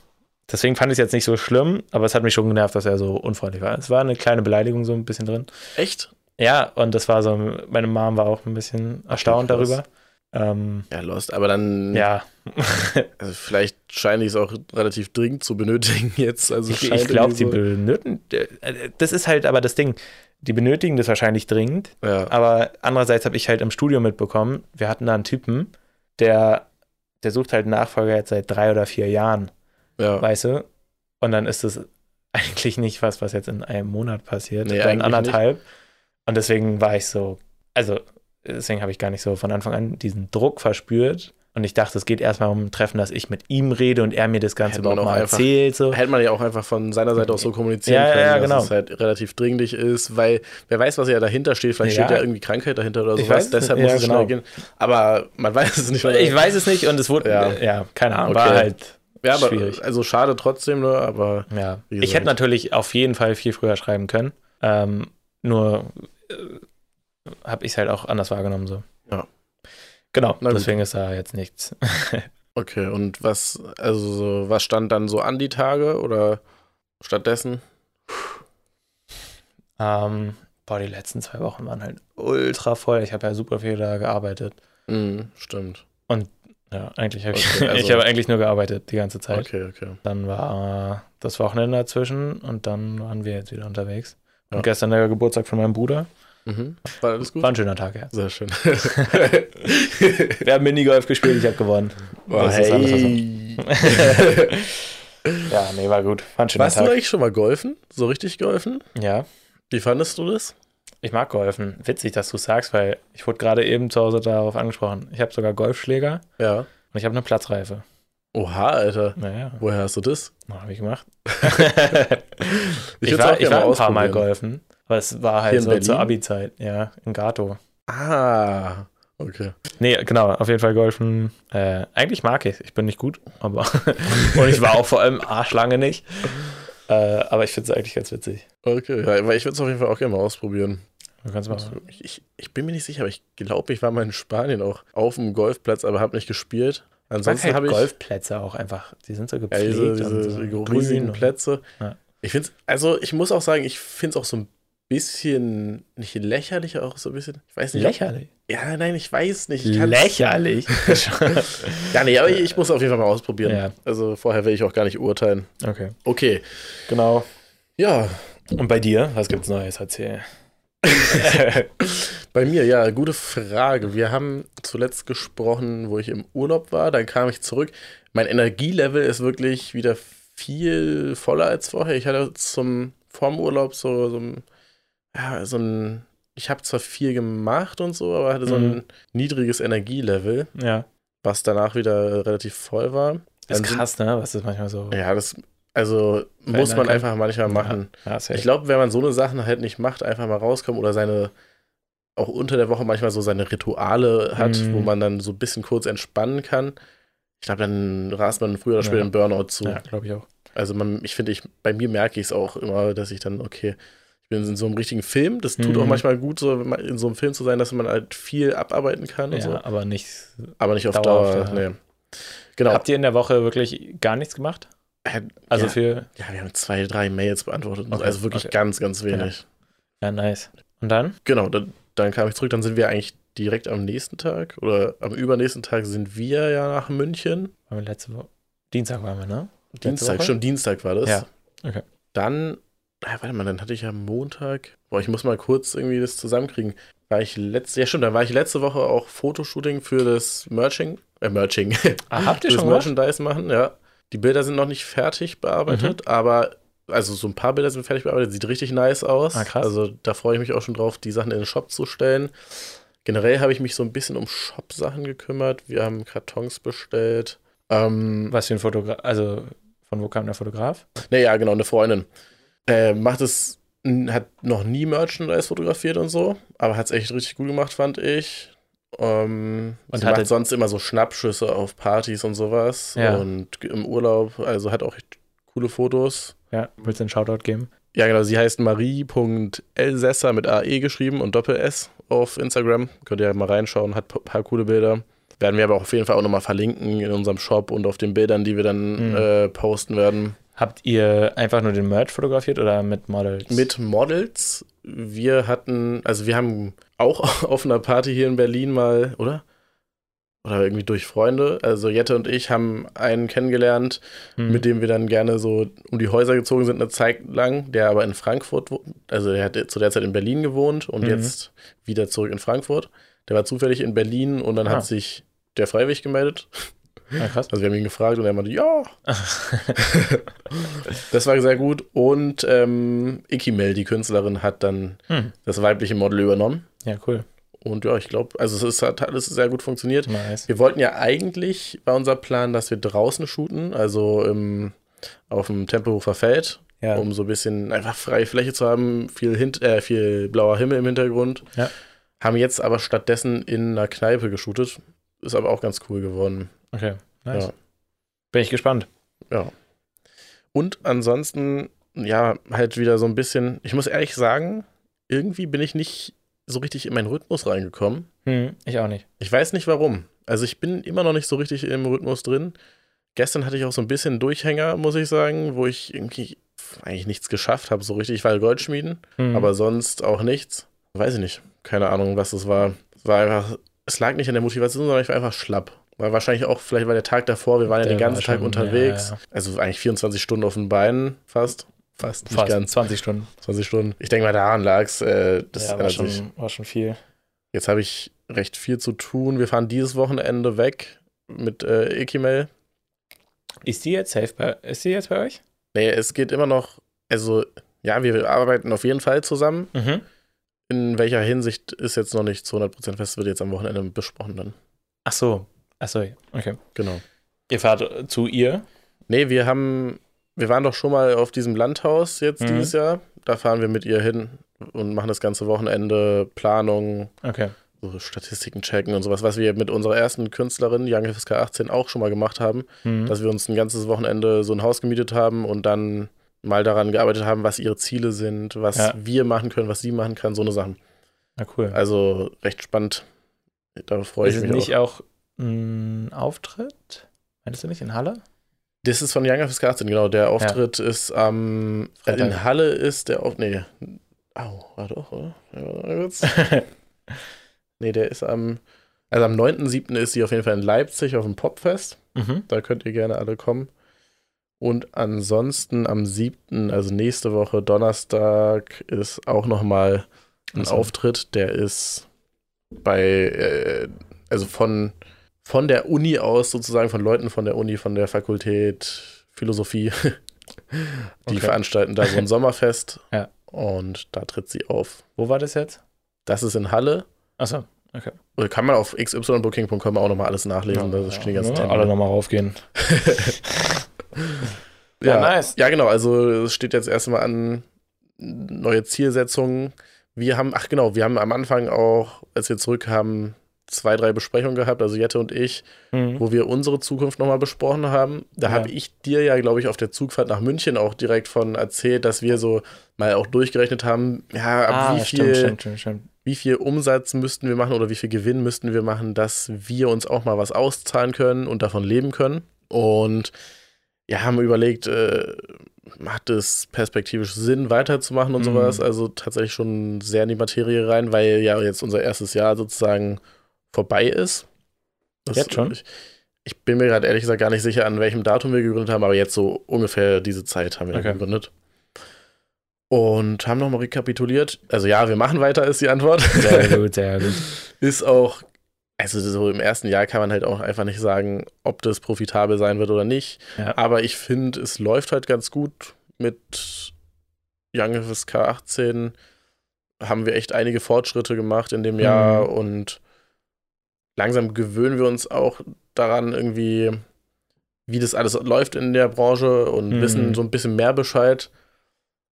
Speaker 2: deswegen fand ich es jetzt nicht so schlimm, aber es hat mich schon genervt, dass er so unfreundlich war. Es war eine kleine Beleidigung so ein bisschen drin.
Speaker 1: Echt?
Speaker 2: Ja, und das war so, meine Mom war auch ein bisschen erstaunt
Speaker 1: krass. Mhm.
Speaker 2: darüber. Ähm,
Speaker 1: Ja, Lost, aber dann,
Speaker 2: ja,
Speaker 1: also vielleicht scheine ich es auch relativ dringend zu benötigen jetzt. Also
Speaker 2: ich,
Speaker 1: scheint
Speaker 2: ich glaube, die
Speaker 1: irgendwie
Speaker 2: benötigen, das ist halt aber das Ding, die benötigen das wahrscheinlich dringend,
Speaker 1: so, ja.
Speaker 2: Aber andererseits habe ich halt im Studio mitbekommen, wir hatten da einen Typen, der, der sucht halt einen Nachfolger jetzt seit drei oder vier Jahren,
Speaker 1: ja.
Speaker 2: weißt du? Und dann ist das eigentlich nicht was, was jetzt in einem Monat passiert,
Speaker 1: Nee,
Speaker 2: oder in
Speaker 1: eigentlich
Speaker 2: anderthalb. Und deswegen war ich so, also deswegen habe ich gar nicht so von Anfang an diesen Druck verspürt. Und ich dachte, es geht erstmal um ein Treffen, dass ich mit ihm rede und er mir das Ganze
Speaker 1: Hätte man
Speaker 2: überhaupt
Speaker 1: auch
Speaker 2: mal
Speaker 1: einfach-
Speaker 2: erzählt. So.
Speaker 1: Hätte man ja auch einfach von seiner Seite aus so kommunizieren
Speaker 2: Ja, ja,
Speaker 1: können,
Speaker 2: ja,
Speaker 1: dass
Speaker 2: genau.
Speaker 1: es halt relativ dringlich ist, weil wer weiß, was ja dahinter steht. Vielleicht
Speaker 2: Ja.
Speaker 1: steht ja irgendwie Krankheit dahinter oder
Speaker 2: Ich
Speaker 1: sowas.
Speaker 2: weiß es
Speaker 1: Deshalb
Speaker 2: nicht.
Speaker 1: muss
Speaker 2: Ja,
Speaker 1: es
Speaker 2: genau.
Speaker 1: schnell gehen. Aber man weiß es nicht. weil-
Speaker 2: Ich weiß es nicht und es wurde,
Speaker 1: Ja.
Speaker 2: ja, keine Ahnung, war
Speaker 1: Okay.
Speaker 2: halt
Speaker 1: ja, aber,
Speaker 2: schwierig.
Speaker 1: Also schade trotzdem, ne? aber
Speaker 2: Ja,
Speaker 1: Wie
Speaker 2: ich
Speaker 1: gesagt.
Speaker 2: hätte natürlich auf jeden Fall viel früher schreiben können. Ähm, nur äh, habe ich es halt auch anders wahrgenommen so.
Speaker 1: Ja.
Speaker 2: Genau,
Speaker 1: Na gut.
Speaker 2: deswegen ist da jetzt nichts.
Speaker 1: okay. Und was, also so, was stand dann so an die Tage oder stattdessen?
Speaker 2: Ähm, boah, die letzten zwei Wochen waren halt ultra voll. Ich habe ja super viel da gearbeitet.
Speaker 1: Hm, stimmt.
Speaker 2: Ja, eigentlich habe ich,
Speaker 1: Okay, also-
Speaker 2: ich habe eigentlich nur gearbeitet die ganze Zeit.
Speaker 1: Okay, okay.
Speaker 2: Dann war äh, das Wochenende dazwischen und dann waren wir jetzt wieder unterwegs. Und
Speaker 1: Ja.
Speaker 2: gestern der Geburtstag von meinem Bruder.
Speaker 1: Mhm. War alles gut?
Speaker 2: War ein schöner Tag, ja.
Speaker 1: Sehr schön.
Speaker 2: Wir haben Minigolf gespielt, ich habe gewonnen.
Speaker 1: Boah,
Speaker 2: Das ist alles, was
Speaker 1: hey.
Speaker 2: Ja, nee, war gut. War ein schöner
Speaker 1: Warst du
Speaker 2: Tag.
Speaker 1: eigentlich schon mal golfen? So richtig golfen?
Speaker 2: ja.
Speaker 1: Wie fandest du das?
Speaker 2: Ich mag Golfen. Witzig, dass du sagst, weil ich wurde gerade eben zu Hause darauf angesprochen. Ich habe sogar Golfschläger
Speaker 1: Ja.
Speaker 2: und ich habe eine Platzreife.
Speaker 1: Oha, Alter.
Speaker 2: Naja,
Speaker 1: Woher hast du das?
Speaker 2: habe ich gemacht.
Speaker 1: Ich
Speaker 2: ich,
Speaker 1: würd's auch
Speaker 2: war, ich war ein
Speaker 1: gerne mal
Speaker 2: paar Mal
Speaker 1: ausprobieren.
Speaker 2: golfen, aber es war
Speaker 1: Hier in
Speaker 2: halt so zur
Speaker 1: Berlin?
Speaker 2: Abi-Zeit, ja, in Gato.
Speaker 1: Ah, okay.
Speaker 2: Nee, genau, auf jeden Fall golfen. Äh, eigentlich mag ich Ich bin nicht gut, aber. und ich war auch vor allem arschlange nicht. Äh, aber ich finde es eigentlich ganz witzig.
Speaker 1: Okay, ja, weil ich würde es auf jeden Fall auch gerne mal ausprobieren.
Speaker 2: Du kannst mal.
Speaker 1: Ich, ich, ich bin mir nicht sicher, aber ich glaube, ich war mal in Spanien auch auf dem Golfplatz, aber habe nicht gespielt. Ansonsten
Speaker 2: Mag
Speaker 1: habe
Speaker 2: halt
Speaker 1: ich
Speaker 2: Golfplätze auch einfach. Die sind so
Speaker 1: ja,
Speaker 2: gepflegt.
Speaker 1: diese,
Speaker 2: und
Speaker 1: diese
Speaker 2: so grün
Speaker 1: riesigen
Speaker 2: und-
Speaker 1: Plätze.
Speaker 2: Ja.
Speaker 1: Ich finde also ich muss auch sagen, ich finde es auch so ein bisschen, nicht lächerlich, auch so ein bisschen, ich weiß nicht. ob-
Speaker 2: Lächerlich.
Speaker 1: Ja, nein, ich weiß nicht. Ich kann's-
Speaker 2: Lächerlich.
Speaker 1: Ja, nee, aber ich, ich muss auf jeden Fall mal ausprobieren.
Speaker 2: Ja.
Speaker 1: Also vorher will ich auch gar nicht urteilen.
Speaker 2: okay,
Speaker 1: Okay,
Speaker 2: genau.
Speaker 1: ja,
Speaker 2: Und bei dir, was gibt's Neues? Erzähl.
Speaker 1: Bei mir, ja, gute Frage. Wir haben zuletzt gesprochen, wo ich im Urlaub war, dann kam ich zurück. Mein Energielevel ist wirklich wieder viel voller als vorher. Ich hatte zum vorm Urlaub so, so, ein, ja, so ein ich habe zwar viel gemacht und so, aber hatte so ein
Speaker 2: Mhm.
Speaker 1: niedriges Energielevel,
Speaker 2: Ja.
Speaker 1: was danach wieder relativ voll war.
Speaker 2: Ist
Speaker 1: Dann sind-
Speaker 2: krass, ne? Was ist manchmal so.
Speaker 1: Ja, das also muss man
Speaker 2: kann.
Speaker 1: einfach manchmal machen.
Speaker 2: Ja, safe.
Speaker 1: Ich glaube, wenn man so eine Sachen halt nicht macht, einfach mal rauskommt oder seine auch unter der Woche manchmal so seine Rituale hat,
Speaker 2: Mhm.
Speaker 1: wo man dann so ein bisschen kurz entspannen kann. Ich glaube, dann rast man früher oder später
Speaker 2: Ja.
Speaker 1: einen Burnout zu.
Speaker 2: Ja, glaube ich auch.
Speaker 1: Also man, ich finde, ich, bei mir merke ich es auch immer, dass ich dann, okay, ich bin in so einem richtigen Film. Das tut auch
Speaker 2: Mhm.
Speaker 1: manchmal gut, so in so einem Film zu sein, dass man halt viel abarbeiten kann
Speaker 2: Ja,
Speaker 1: und so.
Speaker 2: aber nichts.
Speaker 1: Aber nicht auf
Speaker 2: Dauerhaft,
Speaker 1: Dauer.
Speaker 2: ja.
Speaker 1: Nee. Genau.
Speaker 2: Habt ihr in der Woche wirklich gar nichts gemacht? Also
Speaker 1: ja,
Speaker 2: für.
Speaker 1: ja, wir haben zwei, drei Mails beantwortet. und so.
Speaker 2: Okay,
Speaker 1: also wirklich
Speaker 2: okay. Genau.
Speaker 1: ganz, ganz wenig.
Speaker 2: Ja, nice. Und dann?
Speaker 1: Genau, dann, dann kam ich zurück. Dann sind wir eigentlich direkt am nächsten Tag oder am übernächsten Tag sind wir ja nach München.
Speaker 2: Waren wir letzte Woche. Dienstag waren wir, ne? Letzte
Speaker 1: Dienstag,
Speaker 2: Woche?
Speaker 1: schon Dienstag war das.
Speaker 2: Ja, okay.
Speaker 1: Dann, ah, warte mal, dann hatte ich ja Montag. Boah, ich muss mal kurz irgendwie das zusammenkriegen. War ich letzte, ja stimmt, dann war ich letzte Woche auch Fotoshooting für das Merching, äh, Merching,
Speaker 2: Ah, habt ihr
Speaker 1: das
Speaker 2: schon gemacht?
Speaker 1: Merchandise machen, ja. Die Bilder sind noch nicht fertig
Speaker 2: Mhm.
Speaker 1: bearbeitet, aber also so ein paar Bilder sind fertig bearbeitet, sieht richtig nice aus.
Speaker 2: Ah, krass.
Speaker 1: Also da freue ich mich auch schon drauf, die Sachen in den Shop zu stellen. Generell habe ich mich so ein bisschen um Shop-Sachen gekümmert. Wir haben Kartons bestellt. Ähm,
Speaker 2: Was für ein Fotograf. Also von wo kam der Fotograf?
Speaker 1: naja, genau, eine Freundin. Äh, macht es, n- hat noch nie Merchandise fotografiert und so, aber hat es echt richtig gut gemacht, fand ich. Ähm,
Speaker 2: Und
Speaker 1: sie
Speaker 2: hatte-
Speaker 1: macht sonst immer so Schnappschüsse auf Partys und sowas
Speaker 2: Ja.
Speaker 1: und g- im Urlaub, also hat auch echt coole Fotos.
Speaker 2: Ja, willst du einen Shoutout geben?
Speaker 1: Ja, genau, sie heißt Marie.elsesser mit AE geschrieben und Doppel-S auf Instagram. Könnt ihr mal reinschauen, hat ein paar coole Bilder. Werden wir aber auf jeden Fall auch nochmal verlinken in unserem Shop und auf den Bildern, die wir dann
Speaker 2: Mhm.
Speaker 1: äh, posten werden.
Speaker 2: Habt ihr einfach nur den Merch fotografiert oder mit Models?
Speaker 1: mit Models. Wir hatten, also wir haben auch auf einer Party hier in Berlin mal, oder? Oder irgendwie durch Freunde. Also Jette und ich haben einen kennengelernt,
Speaker 2: Hm.
Speaker 1: mit dem wir dann gerne so um die Häuser gezogen sind, eine Zeit lang, der aber in Frankfurt, wo- also er hat zu der Zeit in Berlin gewohnt und
Speaker 2: Mhm.
Speaker 1: jetzt wieder zurück in Frankfurt. Der war zufällig in Berlin und dann
Speaker 2: Ah.
Speaker 1: hat sich der Freiwillig gemeldet.
Speaker 2: Ah, krass.
Speaker 1: Also wir haben ihn gefragt und er meinte, ja, das war sehr gut. Und ähm, Ikimel, die Künstlerin, hat dann
Speaker 2: Hm.
Speaker 1: das weibliche Model übernommen. Ja.
Speaker 2: Ja, cool.
Speaker 1: Und ja, ich glaube, also es ist, hat alles sehr gut funktioniert.
Speaker 2: Nice.
Speaker 1: Wir wollten ja eigentlich, war unser Plan, dass wir draußen shooten, also im, auf dem Tempelhofer Feld,
Speaker 2: Ja.
Speaker 1: um so ein bisschen einfach freie Fläche zu haben, viel, hint, äh, viel blauer Himmel im Hintergrund.
Speaker 2: Ja.
Speaker 1: Haben jetzt aber stattdessen in einer Kneipe geshootet. Ist aber auch ganz cool geworden.
Speaker 2: Okay, nice.
Speaker 1: Ja.
Speaker 2: Bin ich gespannt.
Speaker 1: Und ansonsten, ja, halt wieder so ein bisschen, ich muss ehrlich sagen, irgendwie bin ich nicht so richtig in meinen Rhythmus reingekommen.
Speaker 2: Hm, ich auch nicht.
Speaker 1: Ich weiß nicht warum. Also ich bin immer noch nicht so richtig im Rhythmus drin. Gestern hatte ich auch so ein bisschen Durchhänger, muss ich sagen, wo ich irgendwie eigentlich nichts geschafft habe, so richtig. Ich war Goldschmieden,
Speaker 2: Hm.
Speaker 1: aber sonst auch nichts. Weiß ich nicht. Keine Ahnung, was das war. Es war einfach, es lag nicht an der Motivation, sondern ich war einfach schlapp. War wahrscheinlich auch, vielleicht war der Tag davor, wir waren ja
Speaker 2: Der
Speaker 1: den ganzen
Speaker 2: war schon-
Speaker 1: Tag unterwegs.
Speaker 2: ja, ja.
Speaker 1: Also eigentlich 24 Stunden auf den Beinen, fast. Fast, nicht
Speaker 2: fast
Speaker 1: ganz.
Speaker 2: 20 Stunden.
Speaker 1: 20 Stunden. Ich denke mal, daran lag es. Äh, das
Speaker 2: ja, war
Speaker 1: ändert sich.
Speaker 2: schon, war schon viel.
Speaker 1: Jetzt habe ich recht viel zu tun. Wir fahren dieses Wochenende weg mit äh, Ikimel.
Speaker 2: Ist die jetzt safe bei, ist die jetzt bei euch?
Speaker 1: Nee, es geht immer noch, also ja, wir arbeiten auf jeden Fall zusammen.
Speaker 2: Mhm.
Speaker 1: In welcher Hinsicht ist jetzt noch nicht zu 100% fest, wird jetzt am Wochenende besprochen dann.
Speaker 2: Ach so. Ach so, okay.
Speaker 1: Genau.
Speaker 2: Ihr fahrt äh, zu ihr?
Speaker 1: Nee, wir haben, wir waren doch schon mal auf diesem Landhaus jetzt
Speaker 2: Mhm.
Speaker 1: dieses Jahr. Da fahren wir mit ihr hin und machen das ganze Wochenende Planung,
Speaker 2: Okay.
Speaker 1: so Statistiken checken und sowas, was wir mit unserer ersten Künstlerin, Young FSK 18, auch schon mal gemacht haben.
Speaker 2: Hm.
Speaker 1: dass wir uns ein ganzes Wochenende so ein Haus gemietet haben und dann mal daran gearbeitet haben, was ihre Ziele sind, was
Speaker 2: Ja.
Speaker 1: wir machen können, was sie machen kann, so eine Sachen.
Speaker 2: Na cool.
Speaker 1: Also recht spannend. Da freue
Speaker 2: ist
Speaker 1: ich
Speaker 2: es
Speaker 1: mich auch.
Speaker 2: nicht auch, ein Auftritt? Meinst du nicht in Halle?
Speaker 1: Das ist von Young FSK 18, genau. Der Auftritt ist am.
Speaker 2: Freitag.
Speaker 1: Äh, in Halle ist der Auftritt. Nee. Au, war doch, oder? Ja, mal kurz. nee, der ist am. Also am 9.7. ist sie auf jeden Fall in Leipzig auf dem Popfest.
Speaker 2: mhm.
Speaker 1: Da könnt ihr gerne alle kommen. Und ansonsten am 7., also nächste Woche Donnerstag, ist auch nochmal ein
Speaker 2: Ach so.
Speaker 1: Auftritt, der ist bei, äh, also von, von der Uni aus sozusagen, von Leuten von der Uni, von der Fakultät Philosophie. Die
Speaker 2: Okay.
Speaker 1: veranstalten da so ein Sommerfest
Speaker 2: Ja.
Speaker 1: und da tritt sie auf.
Speaker 2: Wo war das jetzt?
Speaker 1: Das ist in Halle.
Speaker 2: Achso,
Speaker 1: Oder Kann man auf xybooking.com auch nochmal alles nachlesen. da stehen die ganzen
Speaker 2: ne?
Speaker 1: Termine.
Speaker 2: alle nochmal raufgehen.
Speaker 1: Ja,
Speaker 2: Ja, nice.
Speaker 1: ja, genau. Also es steht jetzt erstmal an neue Zielsetzungen. Wir haben, ach genau, wir haben am Anfang auch, als wir zurückkamen, zwei, drei Besprechungen gehabt, also Jette und ich,
Speaker 2: Mhm.
Speaker 1: wo wir unsere Zukunft nochmal besprochen haben. Da
Speaker 2: Ja.
Speaker 1: habe ich dir ja, glaube ich, auf der Zugfahrt nach München auch direkt von erzählt, dass wir so mal auch durchgerechnet haben, ja, ab
Speaker 2: Ah,
Speaker 1: wie, viel,
Speaker 2: stimmt, stimmt, stimmt, stimmt.
Speaker 1: wie viel Umsatz müssten wir machen oder wie viel Gewinn müssten wir machen, dass wir uns auch mal was auszahlen können und davon leben können. Und ja, haben überlegt, äh, macht es perspektivisch Sinn, weiterzumachen und
Speaker 2: Mhm.
Speaker 1: sowas. Also tatsächlich schon sehr in die Materie rein, weil ja jetzt unser erstes Jahr sozusagen vorbei ist. Das-
Speaker 2: Jetzt schon?
Speaker 1: Ich, ich bin mir gerade ehrlich gesagt gar nicht sicher, an welchem Datum wir gegründet haben, aber jetzt so ungefähr diese Zeit haben wir
Speaker 2: Okay.
Speaker 1: gegründet. Und haben nochmal rekapituliert. Also ja, wir machen weiter, ist die Antwort.
Speaker 2: Sehr gut, sehr gut.
Speaker 1: ist auch, also so im ersten Jahr kann man halt auch einfach nicht sagen, ob das profitabel sein wird oder nicht.
Speaker 2: Ja.
Speaker 1: Aber ich finde, es läuft halt ganz gut mit Young FSK 18. Haben wir echt einige Fortschritte gemacht in dem Jahr und langsam gewöhnen wir uns auch daran, irgendwie, wie das alles läuft in der Branche und
Speaker 2: Mhm.
Speaker 1: wissen so ein bisschen mehr Bescheid.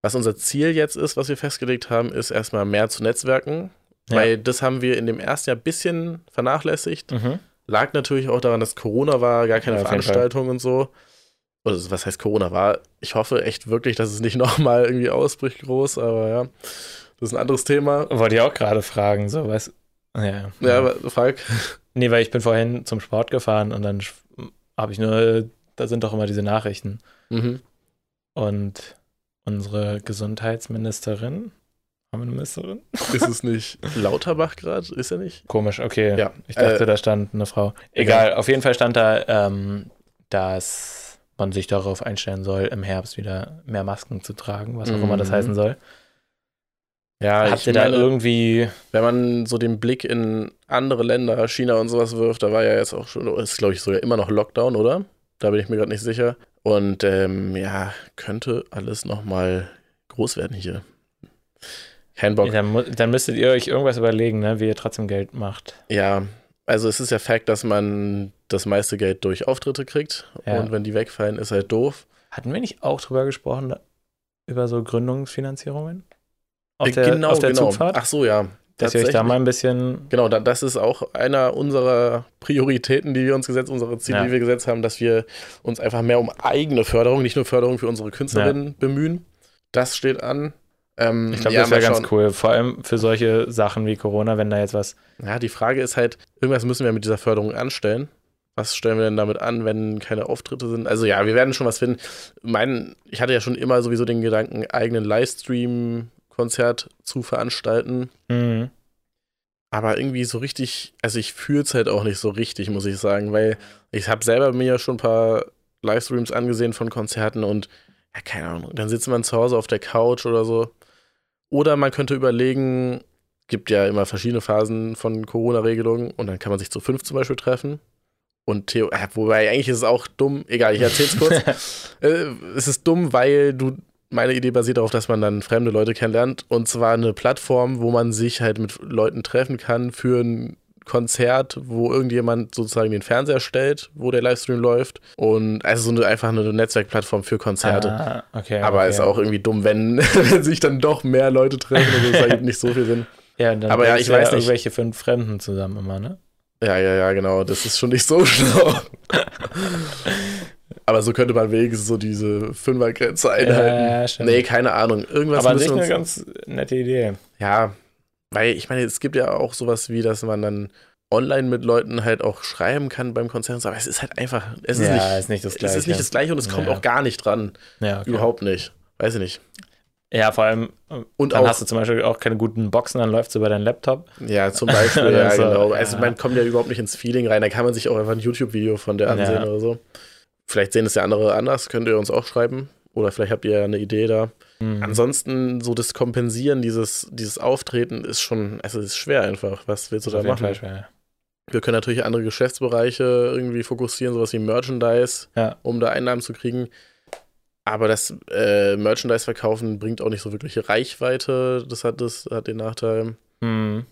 Speaker 1: Was unser Ziel jetzt ist, was wir festgelegt haben, ist erstmal mehr zu netzwerken,
Speaker 2: Ja.
Speaker 1: weil das haben wir in dem ersten Jahr ein bisschen vernachlässigt.
Speaker 2: Mhm.
Speaker 1: Lag natürlich auch daran, dass Corona war, gar keine
Speaker 2: Ja, auf jeden
Speaker 1: Veranstaltung und so. Oder was heißt Corona war? Ich hoffe echt wirklich, dass es nicht nochmal irgendwie ausbricht groß, aber ja, das ist ein anderes Thema.
Speaker 2: Wollte ich auch gerade fragen, so was. Ja,
Speaker 1: Ja, aber Falk,
Speaker 2: Nee, weil ich bin vorhin zum Sport gefahren und dann habe ich nur, da sind doch immer diese Nachrichten.
Speaker 1: mhm.
Speaker 2: Und unsere Gesundheitsministerin, haben wir eine Ministerin?
Speaker 1: ist es nicht Lauterbach gerade? Ist er nicht?
Speaker 2: Komisch, okay.
Speaker 1: Ja,
Speaker 2: Ich dachte,
Speaker 1: äh,
Speaker 2: da stand eine Frau. Egal, auf jeden Fall stand da, ähm, dass man sich darauf einstellen soll, im Herbst wieder mehr Masken zu tragen, was auch immer das
Speaker 1: Mhm.
Speaker 2: heißen soll.
Speaker 1: ja,
Speaker 2: Habt ihr da irgendwie.
Speaker 1: wenn man so den Blick in andere Länder, China und sowas wirft, da war ja jetzt auch schon, oh, ist glaube ich sogar immer noch Lockdown, oder? Da bin ich mir gerade nicht sicher. Und ähm, ja, könnte alles nochmal groß werden hier. Kein Bock.
Speaker 2: Dann, mu- dann müsstet ihr euch irgendwas überlegen, ne, wie ihr trotzdem Geld macht.
Speaker 1: Ja, also es ist ja Fakt, dass man das meiste Geld durch Auftritte kriegt.
Speaker 2: Ja.
Speaker 1: Und wenn die wegfallen, ist halt doof.
Speaker 2: Hatten wir nicht auch drüber gesprochen, da- über so Gründungsfinanzierungen? Auf
Speaker 1: Äh,
Speaker 2: der, auf der Zugfahrt?
Speaker 1: Ach so, ja.
Speaker 2: dass ihr euch da
Speaker 1: Tatsächlich.
Speaker 2: mal ein bisschen.
Speaker 1: Genau, da, das ist auch einer unserer Prioritäten, die wir uns gesetzt, unsere Ziele,
Speaker 2: Ja.
Speaker 1: die wir gesetzt haben, dass wir uns einfach mehr um eigene Förderung, nicht nur Förderung für unsere Künstlerinnen bemühen. Das steht an. Ähm,
Speaker 2: Ich glaube,
Speaker 1: ja,
Speaker 2: das wäre
Speaker 1: mal
Speaker 2: ganz
Speaker 1: schauen.
Speaker 2: cool. Vor allem für solche Sachen wie Corona, wenn da jetzt was.
Speaker 1: Ja, die Frage ist halt, irgendwas müssen wir mit dieser Förderung anstellen. Was stellen wir denn damit an, wenn keine Auftritte sind? Also ja, wir werden schon was finden. Mein, ich hatte ja schon immer sowieso den Gedanken, eigenen Livestream-Konzert zu veranstalten.
Speaker 2: Mhm.
Speaker 1: Aber irgendwie so richtig, also ich fühle es halt auch nicht so richtig, muss ich sagen, weil ich habe selber mir ja schon ein paar Livestreams angesehen von Konzerten und ja, keine Ahnung, dann sitzt man zu Hause auf der Couch oder so. Oder man könnte überlegen, gibt ja immer verschiedene Phasen von Corona-Regelungen und dann kann man sich zu fünf zum Beispiel treffen. Und Theo, äh, wobei eigentlich ist es auch dumm, egal, ich erzähl's kurz. äh, es ist dumm, weil du, meine Idee basiert darauf, dass man dann fremde Leute kennenlernt und zwar eine Plattform, wo man sich halt mit Leuten treffen kann für ein Konzert, wo irgendjemand sozusagen den Fernseher stellt, wo der Livestream läuft und also so eine, einfach eine Netzwerkplattform für Konzerte.
Speaker 2: Ah, okay.
Speaker 1: Aber
Speaker 2: okay.
Speaker 1: ist auch irgendwie dumm, wenn, wenn sich dann doch mehr Leute treffen. Also es ergibt nicht so viel Sinn.
Speaker 2: Ja, dann
Speaker 1: aber ja,
Speaker 2: bringst
Speaker 1: ich
Speaker 2: du
Speaker 1: weiß nicht.
Speaker 2: irgendwelche fünf Fremden zusammen immer, ne?
Speaker 1: Ja, ja, ja, genau. Das ist schon nicht so schlau. Aber so könnte man wenigstens so diese Fünfergrenze einhalten.
Speaker 2: ja, stimmt.
Speaker 1: nee, keine Ahnung. Irgendwas
Speaker 2: aber an sich
Speaker 1: müssen wir
Speaker 2: eine
Speaker 1: uns.
Speaker 2: ganz nette Idee.
Speaker 1: Ja, weil ich meine, es gibt ja auch sowas wie, dass man dann online mit Leuten halt auch schreiben kann beim Konzert. Aber es ist halt einfach. Es ist
Speaker 2: ja,
Speaker 1: nicht.
Speaker 2: ist nicht das
Speaker 1: Es
Speaker 2: Gleiche.
Speaker 1: ist nicht das Gleiche und es kommt
Speaker 2: Ja.
Speaker 1: auch gar nicht dran.
Speaker 2: ja, okay.
Speaker 1: Überhaupt nicht. Weiß ich nicht.
Speaker 2: ja, vor allem, äh,
Speaker 1: Und
Speaker 2: dann
Speaker 1: auch
Speaker 2: hast du zum Beispiel auch keine guten Boxen, dann läufst du über deinen Laptop.
Speaker 1: Ja, zum Beispiel,
Speaker 2: Oder
Speaker 1: ja,
Speaker 2: so,
Speaker 1: genau. Also
Speaker 2: ja.
Speaker 1: man kommt ja überhaupt nicht ins Feeling rein. Da kann man sich auch einfach ein YouTube-Video von der ansehen
Speaker 2: Ja.
Speaker 1: oder so. Vielleicht sehen es ja andere anders, könnt ihr uns auch schreiben. Oder vielleicht habt ihr ja eine Idee da.
Speaker 2: Mhm.
Speaker 1: Ansonsten, so das Kompensieren, dieses, dieses Auftreten ist schon, also es ist schwer einfach. Was willst du
Speaker 2: Auf
Speaker 1: da
Speaker 2: jeden Fall
Speaker 1: machen?
Speaker 2: schwer.
Speaker 1: Wir können natürlich andere Geschäftsbereiche irgendwie fokussieren, sowas wie Merchandise,
Speaker 2: Ja.
Speaker 1: um da Einnahmen zu kriegen. Aber das äh, Merchandise verkaufen bringt auch nicht so wirkliche Reichweite. Das hat, das hat den Nachteil.
Speaker 2: Hm.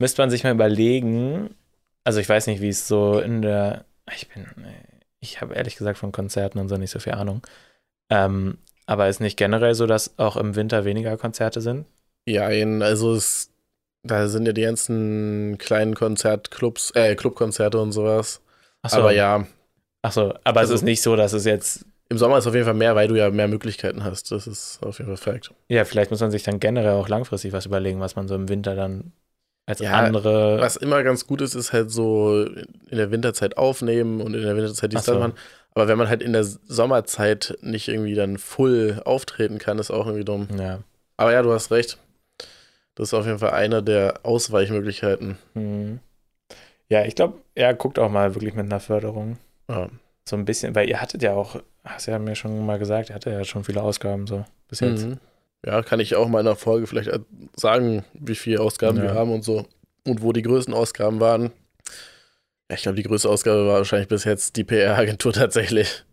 Speaker 2: Müsste man sich mal überlegen. Also ich weiß nicht, wie es so in der. ah, Ich bin. Ich habe ehrlich gesagt von Konzerten und so nicht so viel Ahnung. Ähm, aber ist nicht generell so, dass auch im Winter weniger Konzerte sind?
Speaker 1: Ja, in- also es, da sind ja die ganzen kleinen Konzertclubs, äh, Clubkonzerte und sowas.
Speaker 2: Achso,
Speaker 1: Aber ja,
Speaker 2: Achso, aber
Speaker 1: Also-
Speaker 2: es ist nicht so, dass es jetzt.
Speaker 1: im Sommer ist auf jeden Fall mehr, weil du ja mehr Möglichkeiten hast. Das ist auf jeden Fall Fact.
Speaker 2: Ja, vielleicht muss man sich dann generell auch langfristig was überlegen, was man so im Winter dann als
Speaker 1: Ja,
Speaker 2: andere.
Speaker 1: Was immer ganz gut ist, ist halt so in der Winterzeit aufnehmen und in der Winterzeit dies
Speaker 2: Ach so.
Speaker 1: dann machen. Aber wenn man halt in der Sommerzeit nicht irgendwie dann full auftreten kann, ist auch irgendwie dumm.
Speaker 2: Ja.
Speaker 1: Aber ja, du hast recht. Das ist auf jeden Fall eine der Ausweichmöglichkeiten.
Speaker 2: Hm. Ja, ich glaube, er guckt auch mal wirklich mit einer Förderung.
Speaker 1: Ja.
Speaker 2: So ein bisschen, weil ihr hattet ja auch, hast ja mir schon mal gesagt, ihr hattet ja schon viele Ausgaben so bis jetzt.
Speaker 1: Mhm. Ja, kann ich auch mal in der Folge vielleicht äh, sagen, wie viele Ausgaben wir
Speaker 2: Ja.
Speaker 1: haben und so. Und wo die größten Ausgaben waren. Ja, ich glaube, die größte Ausgabe war wahrscheinlich bis jetzt die PR-Agentur tatsächlich.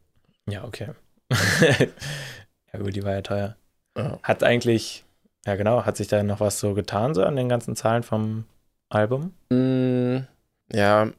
Speaker 2: Ja, okay. ja, gut, die war ja teuer.
Speaker 1: Ja.
Speaker 2: Hat eigentlich, ja genau, hat sich da noch was so getan, so an den ganzen Zahlen vom Album?
Speaker 1: Mm, ja,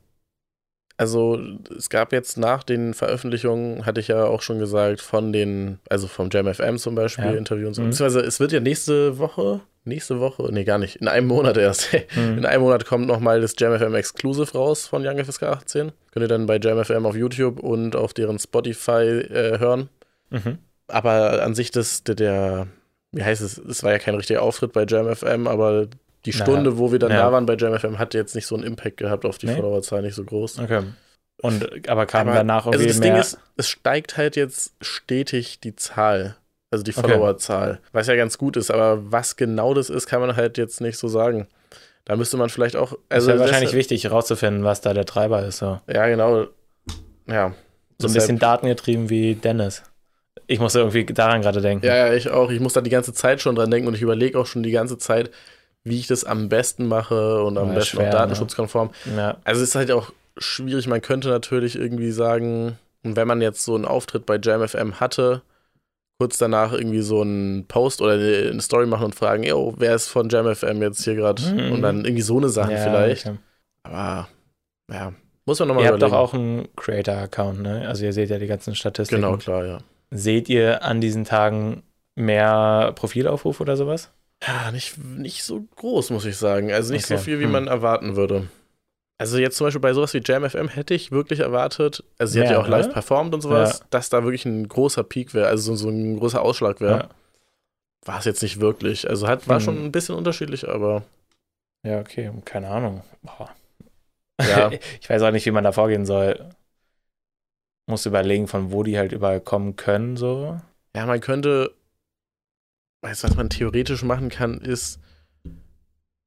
Speaker 1: also es gab jetzt nach den Veröffentlichungen, hatte ich ja auch schon gesagt, von den, also vom Jam FM zum Beispiel,
Speaker 2: Ja.
Speaker 1: Interview und so.
Speaker 2: Mhm.
Speaker 1: Beziehungsweise es wird ja nächste Woche, nächste Woche, nee, gar nicht, in einem Monat erst.
Speaker 2: Hm.
Speaker 1: In einem Monat kommt nochmal das JamFM Exclusive raus von Young FSK 18. Könnt ihr dann bei JamFM auf YouTube und auf deren Spotify äh, hören.
Speaker 2: Mhm.
Speaker 1: Aber an sich, das, der, der, wie heißt es, es war ja kein richtiger Auftritt bei JamFM, aber die
Speaker 2: Naja.
Speaker 1: Stunde, wo wir dann
Speaker 2: Ja.
Speaker 1: da waren bei JamFM, hat jetzt nicht so einen Impact gehabt auf die
Speaker 2: Nee.
Speaker 1: Followerzahl, nicht so groß.
Speaker 2: Okay. Und, aber kam
Speaker 1: Aber-
Speaker 2: danach irgendwie
Speaker 1: Also das
Speaker 2: mehr.
Speaker 1: Ding ist, es steigt halt jetzt stetig die Zahl. Also die
Speaker 2: Okay.
Speaker 1: Followerzahl, was ja ganz gut ist, aber was genau das ist, kann man halt jetzt nicht so sagen. Da müsste man vielleicht auch.
Speaker 2: also
Speaker 1: Also
Speaker 2: ist ja
Speaker 1: das-
Speaker 2: wahrscheinlich wichtig, herauszufinden, was da der Treiber ist. So,
Speaker 1: Ja, genau.
Speaker 2: so
Speaker 1: Ja.
Speaker 2: ein
Speaker 1: Deshalb-
Speaker 2: bisschen datengetrieben wie Dennis. Ich musste irgendwie daran gerade denken.
Speaker 1: Ja, ja, ich auch. Ich muss da die ganze Zeit schon dran denken und ich überlege auch schon die ganze Zeit, wie ich das am besten mache und am
Speaker 2: Ja,
Speaker 1: besten
Speaker 2: schwer,
Speaker 1: auch
Speaker 2: ne?
Speaker 1: datenschutzkonform.
Speaker 2: ja.
Speaker 1: Also es ist halt auch schwierig. Man könnte natürlich irgendwie sagen, und wenn man jetzt so einen Auftritt bei JamFM hatte, kurz danach irgendwie so einen Post oder eine eine Story machen und fragen, yo, wer ist von JamFM jetzt hier gerade?
Speaker 2: Mhm.
Speaker 1: Und dann irgendwie so eine Sache
Speaker 2: Ja,
Speaker 1: vielleicht.
Speaker 2: okay.
Speaker 1: Aber ja, muss man nochmal
Speaker 2: Ihr habt
Speaker 1: überlegen.
Speaker 2: doch auch einen Creator-Account, ne? Also ihr seht ja die ganzen Statistiken.
Speaker 1: genau, klar, ja.
Speaker 2: Seht ihr an diesen Tagen mehr Profilaufrufe oder sowas?
Speaker 1: Ja, nicht, nicht so groß, muss ich sagen. Also nicht so
Speaker 2: Okay.
Speaker 1: viel, wie
Speaker 2: Hm.
Speaker 1: man erwarten würde. Also jetzt zum Beispiel bei sowas wie Jam FM hätte ich wirklich erwartet, also sie hat
Speaker 2: Mehr,
Speaker 1: ja auch live
Speaker 2: ne?
Speaker 1: performt und sowas, dass da wirklich ein großer Peak wäre, also so, so ein großer Ausschlag wäre. War es jetzt nicht wirklich. Also hat, war
Speaker 2: Hm.
Speaker 1: schon ein bisschen unterschiedlich, aber
Speaker 2: Ja, ja, okay, keine Ahnung. Boah.
Speaker 1: ja.
Speaker 2: Ich weiß auch nicht, wie man da vorgehen soll. Muss überlegen, von wo die halt überall kommen können, so.
Speaker 1: ja, man könnte, weißt du, was man theoretisch machen kann, ist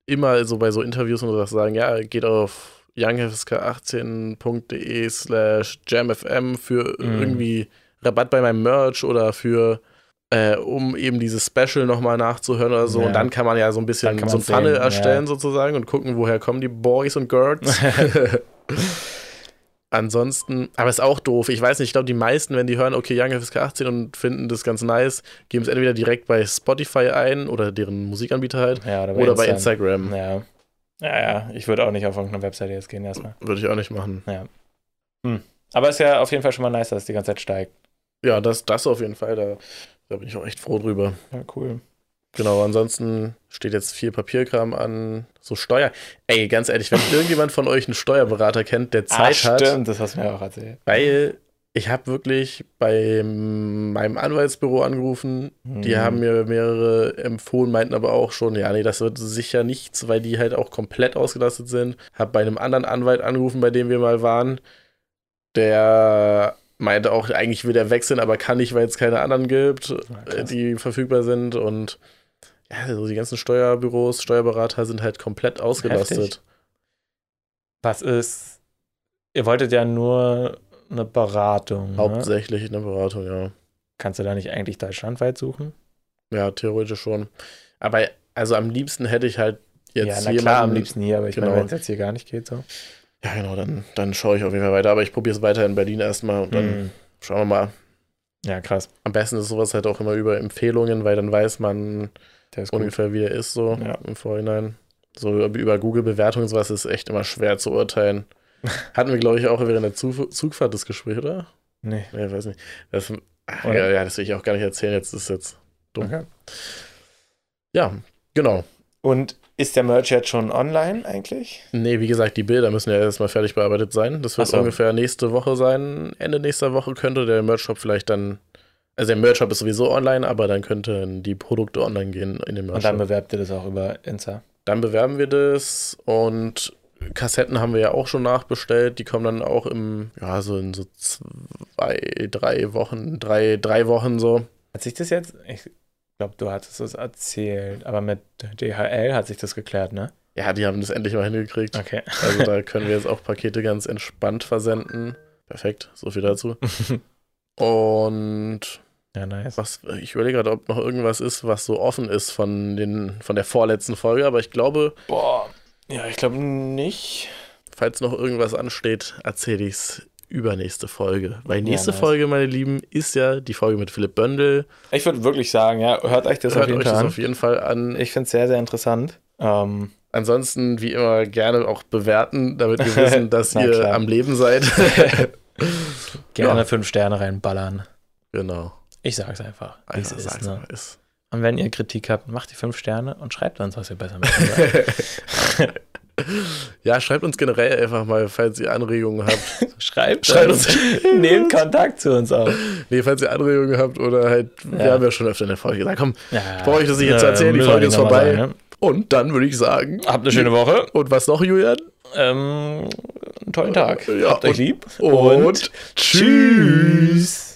Speaker 1: immer so bei so Interviews und sowas sagen, ja, geht auf youngfsk18.de slash jamfm für
Speaker 2: Mhm.
Speaker 1: irgendwie Rabatt bei meinem Merch oder für äh, um eben dieses Special nochmal nachzuhören oder so.
Speaker 2: Ja.
Speaker 1: Und dann kann man ja so ein bisschen
Speaker 2: Dann kann
Speaker 1: so ein
Speaker 2: man's
Speaker 1: Funnel
Speaker 2: sehen, ja.
Speaker 1: erstellen sozusagen und gucken, woher kommen die Boys und Girls. Ansonsten, aber ist auch doof. Ich weiß nicht, ich glaube, die meisten, wenn die hören, okay, Young FSK 18 und finden das ganz nice, geben es entweder direkt bei Spotify ein oder deren Musikanbieter halt
Speaker 2: Ja, oder bei
Speaker 1: oder bei
Speaker 2: Insta.
Speaker 1: Instagram.
Speaker 2: Ja. Ja, ja. Ich würde auch nicht auf irgendeine Webseite jetzt gehen erstmal.
Speaker 1: Würde ich auch nicht machen. Hm.
Speaker 2: Aber ist ja auf jeden Fall schon mal nice, dass es die ganze Zeit steigt.
Speaker 1: Ja, das, das auf jeden Fall, da, da bin ich auch echt froh drüber.
Speaker 2: Ja, cool.
Speaker 1: Genau, ansonsten steht jetzt viel Papierkram an, so Steuer. Ey, ganz ehrlich, wenn irgendjemand von euch einen Steuerberater kennt, der Zeit
Speaker 2: ah,
Speaker 1: hat,
Speaker 2: stimmt, das hast du mir auch erzählt.
Speaker 1: weil ich habe wirklich bei meinem Anwaltsbüro angerufen, Die
Speaker 2: Hm.
Speaker 1: haben mir mehrere empfohlen, meinten aber auch schon, ja, nee, das wird sicher nichts, weil die halt auch komplett ausgelastet sind. Hab bei einem anderen Anwalt angerufen, bei dem wir mal waren. Der meinte auch, eigentlich will er wechseln, aber kann nicht, weil es keine anderen gibt,
Speaker 2: Ja,
Speaker 1: äh,
Speaker 2: krass.
Speaker 1: die verfügbar sind. Und ja, also die ganzen Steuerbüros, Steuerberater sind halt komplett ausgelastet.
Speaker 2: Heftig. Was ist. Ihr wolltet ja nur eine Beratung. Ne?
Speaker 1: Hauptsächlich in der Beratung, ja.
Speaker 2: Kannst du da nicht eigentlich deutschlandweit suchen?
Speaker 1: Ja, theoretisch schon. Aber also am liebsten hätte ich halt jetzt
Speaker 2: ja, na
Speaker 1: jemanden,
Speaker 2: klar, am liebsten hier, aber ich meine,
Speaker 1: genau.
Speaker 2: wenn es jetzt hier gar nicht geht, so.
Speaker 1: Ja, genau, dann, dann schaue ich auf jeden Fall weiter. Aber ich probiere es weiter in Berlin erstmal und dann
Speaker 2: Hm.
Speaker 1: schauen wir mal.
Speaker 2: Ja, krass.
Speaker 1: Am besten ist sowas halt auch immer über Empfehlungen, weil dann weiß man
Speaker 2: Der ist gut.
Speaker 1: ungefähr, wie der ist, so
Speaker 2: Ja.
Speaker 1: im Vorhinein. So über Google-Bewertungen und sowas ist echt immer schwer zu urteilen. Hatten wir, glaube ich, auch während der Zug Zugfahrt das Gespräch, oder?
Speaker 2: Nee.
Speaker 1: Ja, weiß nicht. Das, ach,
Speaker 2: Oder?
Speaker 1: ja, ja, das will ich auch gar nicht erzählen. Jetzt ist jetzt. Dumm.
Speaker 2: Okay.
Speaker 1: Ja, genau.
Speaker 2: Und ist der Merch jetzt schon online eigentlich?
Speaker 1: Nee, wie gesagt, die Bilder müssen ja erstmal fertig bearbeitet sein. Das wird
Speaker 2: Ach so.
Speaker 1: ungefähr nächste Woche sein. Ende nächster Woche könnte der Merch-Shop vielleicht dann. Also der Merch-Shop ist sowieso online, aber dann könnten die Produkte online gehen in den
Speaker 2: Und dann
Speaker 1: Merch-Shop.
Speaker 2: bewerbt ihr das auch über Insta.
Speaker 1: Dann bewerben wir das und Kassetten haben wir ja auch schon nachbestellt. Die kommen dann auch im, ja, so in so zwei, drei Wochen, drei, drei Wochen so.
Speaker 2: Hat sich das jetzt, ich glaube, du hattest es erzählt, aber mit DHL hat sich das geklärt, ne?
Speaker 1: Ja, die haben das endlich mal hingekriegt.
Speaker 2: Okay.
Speaker 1: Also da können wir jetzt auch Pakete ganz entspannt versenden. Perfekt, so viel dazu. Und
Speaker 2: ja, nice.
Speaker 1: was, ich überlege gerade, ob noch irgendwas ist, was so offen ist von, den, von der vorletzten Folge, aber ich glaube,
Speaker 2: Boah. Ja, ich glaube nicht.
Speaker 1: falls noch irgendwas ansteht, erzähle ich es übernächste Folge. Weil
Speaker 2: Ja,
Speaker 1: nächste
Speaker 2: nice.
Speaker 1: Folge, meine Lieben, ist ja die Folge mit Philipp Böndel.
Speaker 2: Ich würde wirklich sagen, ja, hört euch das
Speaker 1: Hört
Speaker 2: auf jeden
Speaker 1: euch
Speaker 2: Fall
Speaker 1: das
Speaker 2: an.
Speaker 1: auf jeden Fall an.
Speaker 2: Ich finde es sehr, sehr interessant. Ähm,
Speaker 1: Ansonsten, wie immer, gerne auch bewerten, damit wir wissen, dass
Speaker 2: Na
Speaker 1: ihr
Speaker 2: klar.
Speaker 1: am Leben seid.
Speaker 2: gerne
Speaker 1: Ja.
Speaker 2: fünf Sterne reinballern.
Speaker 1: genau.
Speaker 2: Ich sag's einfach. wie es
Speaker 1: Einfach
Speaker 2: ist,
Speaker 1: sag's
Speaker 2: ne?
Speaker 1: mal, ist.
Speaker 2: Und wenn ihr Kritik habt, macht die fünf Sterne und schreibt uns, was ihr besser macht.
Speaker 1: Ja, schreibt uns generell einfach mal, falls ihr Anregungen habt.
Speaker 2: schreibt,
Speaker 1: Schreibt uns.
Speaker 2: Nehmt Kontakt zu uns auf.
Speaker 1: nee, falls ihr Anregungen habt oder halt, wir
Speaker 2: Ja.
Speaker 1: haben ja schon öfter in der Folge gesagt, komm.
Speaker 2: Ja,
Speaker 1: Brauche ich das nicht jetzt
Speaker 2: äh,
Speaker 1: erzählen? Die
Speaker 2: müssen wir
Speaker 1: Folge
Speaker 2: nicht
Speaker 1: ist
Speaker 2: nochmal
Speaker 1: vorbei.
Speaker 2: sagen, ne?
Speaker 1: Und dann würde ich sagen.
Speaker 2: Habt eine schöne Woche.
Speaker 1: Und was noch, Julian?
Speaker 2: Ähm, einen tollen Tag.
Speaker 1: Ja,
Speaker 2: habt euch
Speaker 1: und-
Speaker 2: lieb.
Speaker 1: und tschüss.
Speaker 2: tschüss.